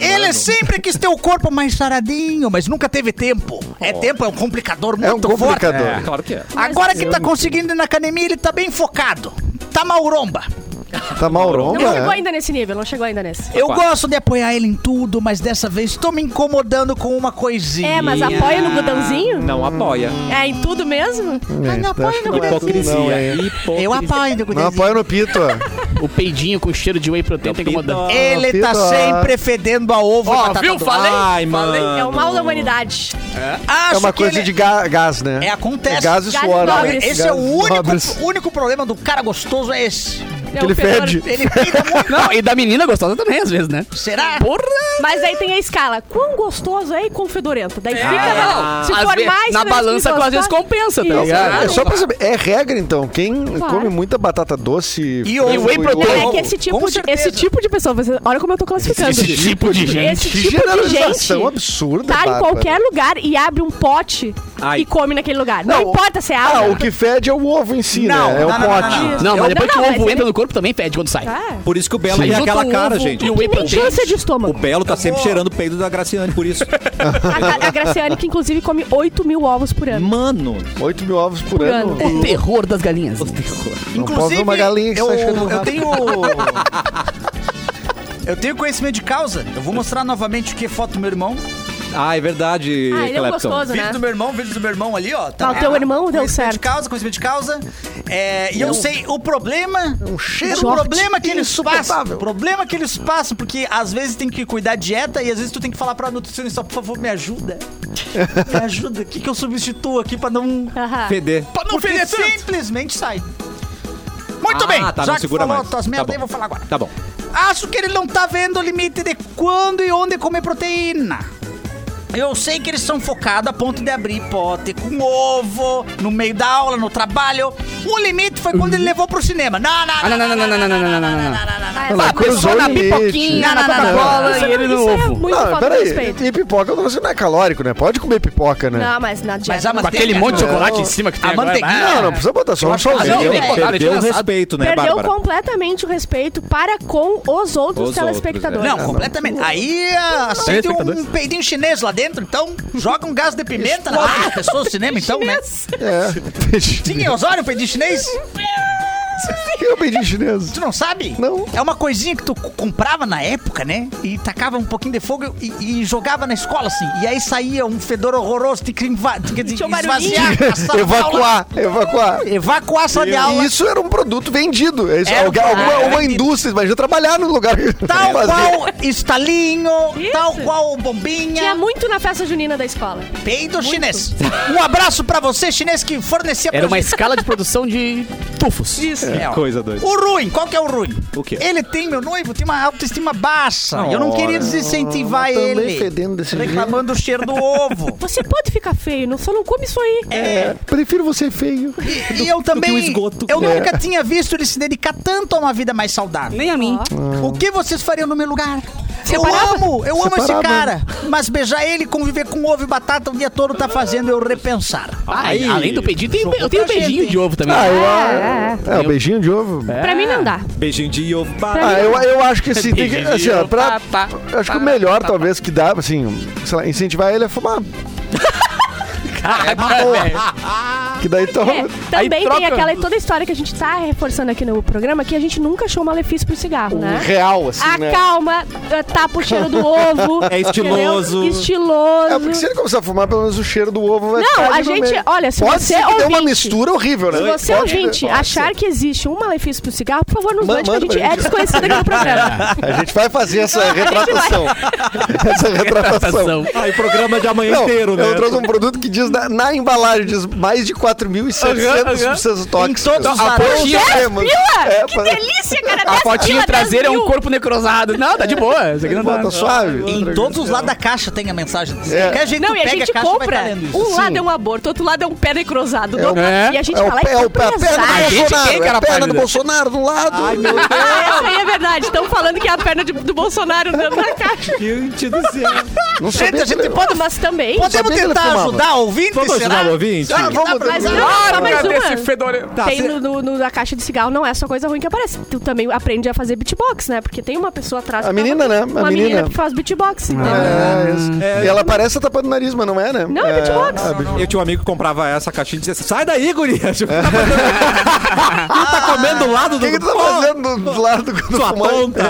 B: Ele sempre quis ter o corpo mais saradinho, mas nunca teve tempo. É tempo, é um complicador muito
E: É um
B: forte.
E: complicador.
A: É, claro que é.
B: Agora que tá conseguindo ir na academia, ele tá bem focado. Tá mauromba.
E: Tá
C: Não
E: mauronga.
C: chegou
E: é?
C: ainda nesse nível, não chegou ainda nesse.
B: Eu
A: Quatro.
B: gosto de apoiar ele em tudo, mas dessa vez tô me incomodando com uma coisinha.
C: É, mas apoia no botãozinho?
A: Não apoia.
C: É em tudo mesmo?
E: É,
B: não
E: tá, acho
B: apoia
E: que
B: no
E: não é tudo,
A: Hipocrisia.
E: não, é.
A: Hipocrisia.
B: Eu apoio no
E: Não
B: gurizinho.
E: apoia no pito. É ó.
D: O peidinho com cheiro de whey protein tá incomodando.
B: Ele tá
E: Pedro.
B: sempre fedendo a ovo. e
D: Ó,
B: batata
D: viu?
B: doce.
D: Falei.
A: Ai,
C: Falei,
A: mano.
C: É o mal da humanidade.
B: Acho
E: É uma
B: que
E: coisa
B: ele-
E: de ga- gás, né?
B: É, acontece.
E: É gás e
C: Gás
E: suor.
B: Não,
E: né?
C: nobres.
B: esse
E: Gás
B: é o único,
E: nobres.
B: o único problema do cara gostoso é esse.
C: É
E: Que ele
C: um fedor.
E: fede.
B: Ele fica muito.
D: Não, e da menina gostosa também, às vezes, né?
B: Será?
D: Porra!
C: Mas aí tem a escala. Quão gostoso é e quão fedorento. Daí fica
D: Ah,
C: na- se
D: às
C: for
D: vezes-
C: mais...
D: na
C: menos
D: balança,
C: perigoso,
D: às vezes,
C: tá?
D: compensa, tá
C: Isso,
D: ligado?
C: claro.
E: É só pra saber, é regra então, quem
C: Claro.
E: come muita batata doce
B: E ovo,
D: whey protein.
C: Não, é
E: ovo,
C: que esse
B: Com
C: tipo, de,
B: certeza.
C: esse tipo de pessoa, você- olha como eu tô classificando.
D: Esse tipo de gente.
C: Esse tipo
E: que
C: de gente
E: generalização absurda,
C: tá em
E: Bárbara.
C: qualquer lugar e abre um pote
A: Ai.
C: e come naquele lugar. Não,
E: o-
C: importa se é água.
E: Ah, o que fede é o ovo em si,
B: Não,
E: né? É o
B: não, não,
E: pote.
B: não, não,
D: Não, mas depois
C: Não, não,
D: que o
C: mas
D: ovo
C: ele-
D: entra no corpo também fede quando sai.
C: Tá.
A: Por isso que o Belo
D: Sim.
A: tem
D: Junta
A: aquela
D: um
A: cara,
D: ovo
A: gente.
D: e o
C: Que
D: whey
C: nem
D: protein.
C: câncer de
A: O
C: estômago.
A: Belo tá sempre cheirando o peido da Graciane, por isso.
C: A, a Graciane, que inclusive come 8 mil ovos por
B: Hum.
C: ano.
A: Mano.
E: 8 mil ovos por,
C: Por
E: ano.
C: ano.
D: O terror das galinhas.
E: Não pode ver uma galinha que
B: eu,
E: sai cheirando
B: eu
E: rápido.
B: tenho. Eu tenho conhecimento de causa. Eu vou mostrar novamente o que é foto do meu irmão.
A: Ah, é verdade,
C: Ah, ele é um
A: Clepton.
C: gostoso, né?
B: Vídeo do meu irmão, vídeo do meu irmão ali, ó. tá
C: Ah, o teu irmão deu
B: Conhecimento de
C: certo.
B: causa, conhecimento de causa. É, e eu sei o problema. Um cheiro. O
E: Jorte
B: problema que eles passam.
E: insuportável.
B: O problema que eles passam, porque às vezes tem que cuidar de dieta e às vezes tu tem que falar pra nutricionista, por favor, me ajuda. Me ajuda. O que, que eu substituo aqui pra não.
C: Aham.
A: Feder.
B: Pra não porque simplesmente sai. Muito
A: Ah,
B: bem,
A: tá,
B: já
A: não
B: que
A: segura
B: falou
A: mais.
B: tuas
A: Tá
B: merda,
A: bom.
B: eu vou falar agora.
A: Tá bom.
B: Acho que ele não tá vendo o limite de quando e onde comer proteína. Eu sei que eles são focados a ponto de abrir pote com ovo, no meio da aula, no trabalho. O limite foi quando ele levou pro cinema. Não, não,
D: Uhum. Ah, não,
B: não.
D: não, não, não, não, não, não, não, não, não, não.
C: Ah,
E: Ela
C: essa-
E: cruzou
D: na
E: o limite.
D: pipoquinha, na Coca-Cola
C: isso
D: e ele
C: não-
D: no
C: é isso é
D: ovo.
C: muito
E: Não,
C: falta de
E: Ah, peraí.
C: respeito.
E: E pipoca, eu tô falando, não é calórico, né? Pode comer pipoca, né?
C: Não, mas na
B: Mas
C: dieta...
B: a
C: não.
D: Com aquele monte de
E: É,
D: chocolate
E: o-
D: em cima que
B: a
D: tem agora.
B: manteiguinha,
D: Ah,
E: Não, não precisa botar só um
C: Ah,
E: solzinho.
D: não,
A: Perdeu,
D: tem que botar
A: perdeu o
D: leite condensado.
A: respeito, né,
C: Perdeu
A: Bárbara?
C: completamente o respeito para com os outros
A: Os
C: telespectadores.
A: outros,
B: Não, completamente. Aí acende um peidinho chinês lá dentro, então joga um gás de pimenta na cara das pessoas do cinema, então, né?
E: É.
B: Sim, Osório, um peidinho chinês?
E: que eu pedi chinês?
B: Tu não sabe?
E: Não.
B: É uma coisinha que tu c- comprava na época, né? E tacava um pouquinho de fogo e, e jogava na escola, assim. E aí saía um fedor horroroso, tinha que inva- tinha que
C: um barulhinho.
B: esvaziar a sala de aula.
E: Evacuar, evacuar.
B: Evacuar a sala de
E: E
B: aula.
E: isso era um produto vendido. É Isso,
B: Era um
E: alguma-
B: produto
E: alguma- uma
B: vendido.
E: indústria, imagina trabalhar num lugar que
B: Tal
E: fazia.
B: qual estalinho,
C: Isso.
B: tal qual bombinha.
C: Tinha muito na festa junina da escola.
B: Peido chinês. Um abraço pra você, chinês, que fornecia
D: Era
B: pra
D: uma escala de produção de tufos.
B: Isso. É, ó.
A: Coisa doida.
B: O ruim, qual que é o ruim?
A: O quê?
B: Ele tem, meu noivo, tem uma autoestima baixa. eu não queria desincentivar
E: também
B: ele.
E: fedendo desse jeito.
B: reclamando do cheiro do ovo.
C: Você pode ficar feio, não, só não come isso aí.
E: É, prefiro você feio.
B: E eu também.
A: do esgoto.
B: Eu nunca tinha visto ele se dedicar tanto a uma vida mais saudável.
D: Nem a mim.
B: O que vocês fariam no meu lugar?
C: Separava?
B: Eu amo, eu amo esse
E: Separava.
B: cara. Mas beijar ele, conviver com ovo e batata o dia todo tá fazendo eu repensar.
D: Ah, e além do pedinho, tem, eu tenho um beijinho de ovo também.
E: Ah, eu, é, o beijinho de ovo.
C: Pra mim não dá.
A: Beijinho de ovo.
E: Ah, eu, eu acho que assim, tem que,
D: Beijinho de
E: assim ó,
D: ovo. Pá,
E: pra-
D: pá,
E: eu acho que o
D: pá,
E: melhor,
D: pá,
E: talvez, que dá, assim, sei lá, incentivar ele a fumar. Que daí toma.
C: É, também tem
D: troca-
C: aquela toda a história que a gente tá reforçando aqui no programa que a gente nunca achou um malefício pro cigarro, né?
E: Real, assim, né?
C: Acalma, eh, tapa o cheiro do ovo.
A: É estiloso.
C: entendeu? Estiloso.
E: É, porque se ele começar a fumar, pelo menos o cheiro do ovo vai ficar
C: Não, a
E: ali no
C: gente,
E: meio.
C: olha, se
E: Pode
C: você
E: ser que dê uma
C: ouvinte-
E: mistura horrível, né?
C: Se você
E: Pode-
C: ouvinte
E: pode
C: achar
E: ser.
C: que existe um malefício pro cigarro, por favor, nos
E: Ma-
C: mande que a
E: manda
C: gente
E: pra
C: é
E: gente.
C: desconhecido aqui no programa.
E: A gente vai fazer essa retratação. essa retratação.
D: Atração.
A: Aí, programa de amanhã
E: Não,
A: inteiro, né?
E: Eu trouxe um produto que diz na, na embalagem, diz mais de 4.700 substâncias tóxicas.
B: todos os
E: a
B: laranjas.
E: postinha-
C: Pila!
E: É,
C: que
E: pa-
C: delícia, cara!
D: A
C: dez
D: fotinha
C: pila,
D: traseira é
C: dez
D: um
C: mil.
D: corpo necrosado. Não, tá de boa. Isso aqui não
E: Bota
D: tá.
E: suave.
B: Em todos os lados da caixa tem a mensagem. De
E: É.
B: qualquer jeito
C: Não,
B: tu
C: e a
B: pega
C: gente
B: caixa vai
C: compra.
B: tá lendo isso.
C: Um
E: Sim.
C: lado é um aborto, outro lado é um pé necrosado. do
E: É o-
C: outro-
D: é.
C: E a gente
E: É o
C: fala
E: pé,
C: isso
E: é o pé, a perna do
D: Gente,
E: Bolsonaro.
D: quem que
E: é
D: era
E: a perna do
D: pálida?
E: Bolsonaro do lado. Ai, meu Deus.
C: Ah, Isso aí é verdade. Estão falando que é a perna de- do Bolsonaro dentro da caixa.
A: Gente do céu.
E: Não
B: Gente, a gente pode.
C: Mas também.
B: Podemos
E: Sabia que ele
B: tentar
E: fumava.
B: ajudar o ouvinte?
A: Vamos
B: será?
A: ajudar o ouvinte?
B: Será que dá
E: Ah, Vamos
B: pra
C: Mas
B: ajudar?
C: não, não, mais
D: Larga desse
C: uma.
D: fedorento.
A: Tá,
E: Tá,
C: Tem no, no- no- na caixa de cigarro não é só coisa ruim que aparece. Tu também aprende a fazer beatbox, né? Porque tem uma pessoa atrás.
E: A
C: que
E: menina,
C: tava-
E: né? A
C: Uma menina,
E: menina.
C: que faz
A: Ah.
C: beatbox. Então.
E: É, isso. E ela parece estar tapando o nariz, mas não é, né?
C: Não, é beatbox.
E: a beatbox.
A: Eu tinha um amigo que comprava essa caixinha e dizia assim, sai daí, guria. Ele tá comendo o lado
E: O
A: do...
E: que, que tu tá fazendo do lado do, do
A: Sua
E: fumante?
A: tonta.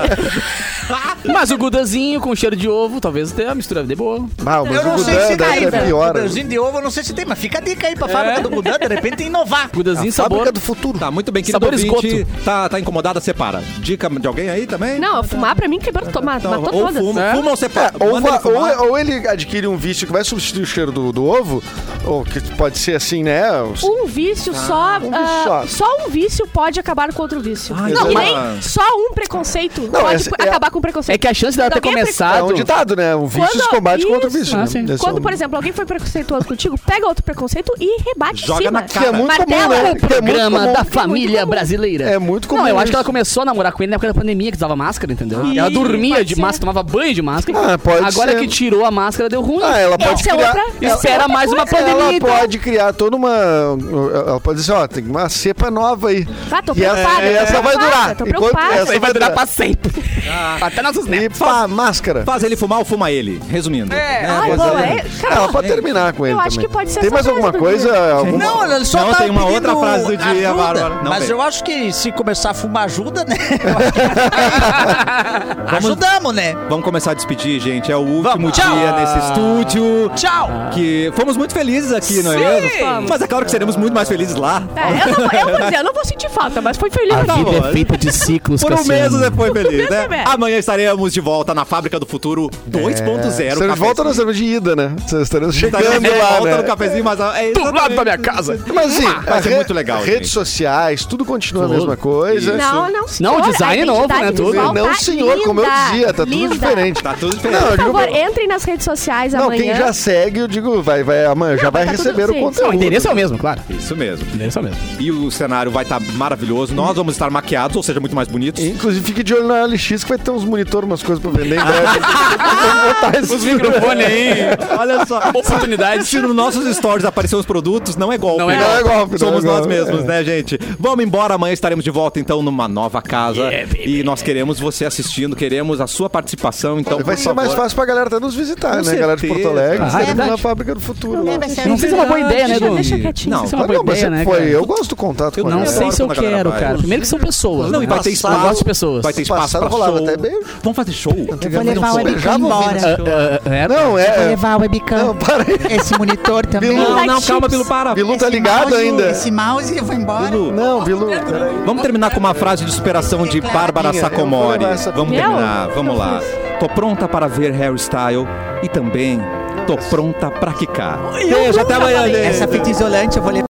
D: Mas o gudanzinho com cheiro de ovo, talvez tenha uma mistura de boa.
E: Ah, mas
B: Eu não
E: o
B: sei se tem.
E: Gudan daí é pior.
B: Gudanzinho de ovo, eu não sei se tem, mas fica a dica aí pra
C: É.
B: fábrica do Gudan, de repente tem inovar.
D: Gudanzinho,
E: Fábrica
D: sabor.
E: do futuro.
A: Tá, muito bem, querido
D: é Sabor
A: ouvinte.
D: esgoto.
A: Tá, tá incomodada, separa. Dica de alguém aí também?
C: Não, fumar pra mim quebrou tomar.
A: Então,
C: matou
A: ou
C: todas.
A: fuma,
D: É.
A: fuma ou separa.
E: É, ou,
A: Manda
E: va-
A: ele fumar.
E: ou- ou ele adquire um vício que vai substituir o cheiro do, do ovo, ou que pode ser assim, né? Os-
C: Um vício só.
E: um
C: ah,
E: vício só.
C: só um vício pode acabar com outro vício.
A: Ai,
C: não, que
E: mas-
C: nem só um preconceito
E: Não,
C: pode
E: essa- é-
C: acabar com o preconceito.
D: É que a chance dela ter
C: Alguém pre-
E: É
D: começado.
E: um ditado, né? Um vício
C: Quando-
E: se combate com outro
C: Isso.
E: vício.
D: Ah,
E: né?
D: sim.
E: Esse é
C: Quando,
E: um-
C: por exemplo, alguém foi preconceituoso contigo, pega outro preconceito e rebate
A: Joga
C: em cima.
A: na
E: Que é muito comum,
C: Martela.
E: né? Que é muito
D: Programa
E: comum.
D: da família brasileira.
E: É muito comum.
D: Não, eu acho que ela
E: isso.
D: começou a namorar com ele na época da pandemia, que usava máscara, entendeu?
C: Ih,
D: ela dormia
C: pode
D: de
C: ser.
D: máscara, tomava banho de máscara.
E: Ah, pode
D: Agora
E: ser.
D: que tirou a máscara, deu ruim.
E: Ah, ela pode
C: Essa é
E: criar...
C: outra.
E: ela-
C: essa é
D: Espera
C: outra
D: mais uma
C: coisa.
D: pandemia.
E: Ela
D: então.
E: pode criar toda uma. Ela pode dizer, ó, tem uma cepa nova aí.
C: Ah, tô
E: E essa,
C: preocupada.
E: e essa
C: tô
E: vai
C: preocupada,
E: durar.
C: Tô
E: Enquanto
C: preocupada.
E: essa
D: Isso aí vai durar pra sempre. até nossos
E: Ah. E
D: netos.
E: pá, máscara.
A: Faz ele fumar ou fuma ele? Resumindo.
G: É.
A: Né?
C: Ai,
A: Faz
C: bom,
A: ele-
C: é. Cara,
E: Ela pode terminar com ele.
C: acho
E: também.
C: que pode ser
E: Tem
C: essa
E: mais
C: frase
E: alguma
C: do
E: coisa? É.
C: dia.
E: Alguma-
B: Não, ele só
A: É. Não,
B: tá
A: tem uma
B: pedindo
A: outra frase do dia,
B: ajuda,
A: Bárbara. Não
B: mas
A: vem.
B: eu acho que se começar a fumar ajuda, né? Eu acho que- Ajudamos, né?
A: Vamos começar a despedir, gente. É o último
B: Vamos.
A: dia
B: Tchau.
A: nesse estúdio.
B: Tchau!
A: Que fomos muito felizes aqui, não é
G: Sim.
A: mesmo?
G: Fomos.
A: Mas é claro que seremos muito mais felizes lá.
C: É, eu, não, vou- eu vou dizer, eu não vou sentir falta, mas foi feliz.
A: Tá bom.
D: feita é de ciclos,
A: Por um mês você foi feliz,
C: Tudo
A: né?
C: bem.
A: Amanhã estaremos de volta na Fábrica do Futuro 2.0.
E: É. Vocês não voltam na cerveja de ida, né? Vocês
A: Estaremos
E: estaremos chegando
A: de
E: lá,
A: volta
E: né?
A: no cafezinho, mas é
D: Do lado da
A: exatamente-
D: minha casa.
E: Mas assim,
A: vai
E: a
A: ser
E: re-
A: muito legal,
E: Redes
A: gente.
E: sociais, tudo continua a
D: Tudo.
E: mesma coisa.
C: Não, não, senhor.
D: Não, o design
C: A
D: é novo,
C: identidade
D: né, tudo.
C: visual
E: Não,
C: tá
E: senhor, como eu
C: linda,
E: dizia, tá tudo
C: linda.
E: diferente.
A: Tá tudo
E: Não, eu
A: diferente.
C: Por
E: digo,
C: favor,
E: pra-
C: entrem nas redes sociais
E: não,
C: amanhã.
E: quem já segue, eu digo, vai, vai, amanhã já vai
C: vai tá tudo-
E: receber o
C: sim.
E: conteúdo.
D: Não, o endereço é o mesmo, claro.
A: Isso mesmo.
D: O endereço é o mesmo.
A: E o cenário vai estar maravilhoso. Nós vamos estar maquiados, ou seja, muito mais bonitos.
E: Inclusive, fique de olho na LX que vai ter uns monitor, umas coisas pra vender né? em breve. Então, botar
D: Os microfones aí.
A: Olha só.
D: Oportunidade.
A: Se nos nossos stories aparecer os produtos, não é golpe.
D: Não é
A: né?
E: golpe. Não é golpe, não
A: Somos
E: é
A: nós
E: golpe.
A: mesmos, né, gente? Vamos embora, amanhã estaremos de volta, então, numa nova casa.
D: Yeah, baby.
A: e nós queremos você assistindo, queremos a sua participação, então.
E: Vai
A: por
E: ser mais
A: favor.
E: fácil pra galera até nos visitar, né?
A: Com
E: Galera de Porto
A: certeza.
E: Alegre,
A: Ah,
D: é
E: estaremos na
D: verdade.
E: fábrica do futuro. lá.
D: Não sei se é uma boa ideia, né,
C: Ah, Deixa,
D: Edu?
C: deixa quietinho.
A: Não,
C: isso é
E: Ah,
C: uma
E: não,
C: boa
E: mas
D: ideia,
E: você
D: né,
E: foi.
D: cara?
E: Eu gosto do contato
A: Eu
E: com a
D: Não
A: adoro
E: galera.
D: sei se eu
A: quando a galera
D: quero,
A: vai.
D: cara. Primeiro que são pessoas.
A: Não,
D: né?
A: e vai ter espaço.
D: Eu gosto de pessoas.
A: Vai ter espaço
E: Passado
A: pra
E: rolava
A: show.
E: até beijo.
A: Vamos fazer show?
E: Eu
H: Vou levar o
E: Vamos
H: webcam
E: beijar, vou
H: embora.
D: Ah, ah, é,
E: Não,
H: Vou
E: é.
H: levar o webcam.
E: Não, para aí.
H: Esse monitor também.
E: Bilu.
A: Não,
C: Vai,
A: não,
C: chips.
A: calma, Bilu, para.
E: Bilu tá
H: Esse
E: ligado
H: mouse,
E: ainda.
H: Esse mouse e vou embora.
A: Bilu,
E: Não, Bilu. peraí.
A: Vamos terminar com uma frase de superação de Bárbara
E: Minha, né? eu vou
A: Sacomori.
E: levar essa
A: Vamos
C: minha.
A: terminar,
C: Meu,
A: vamos
C: eu
A: lá. Tô pronta para ver hairstyle e também tô pronta pra quicar. Beijo, até amanhã, gente.
H: Essa fita isolante eu vou levar.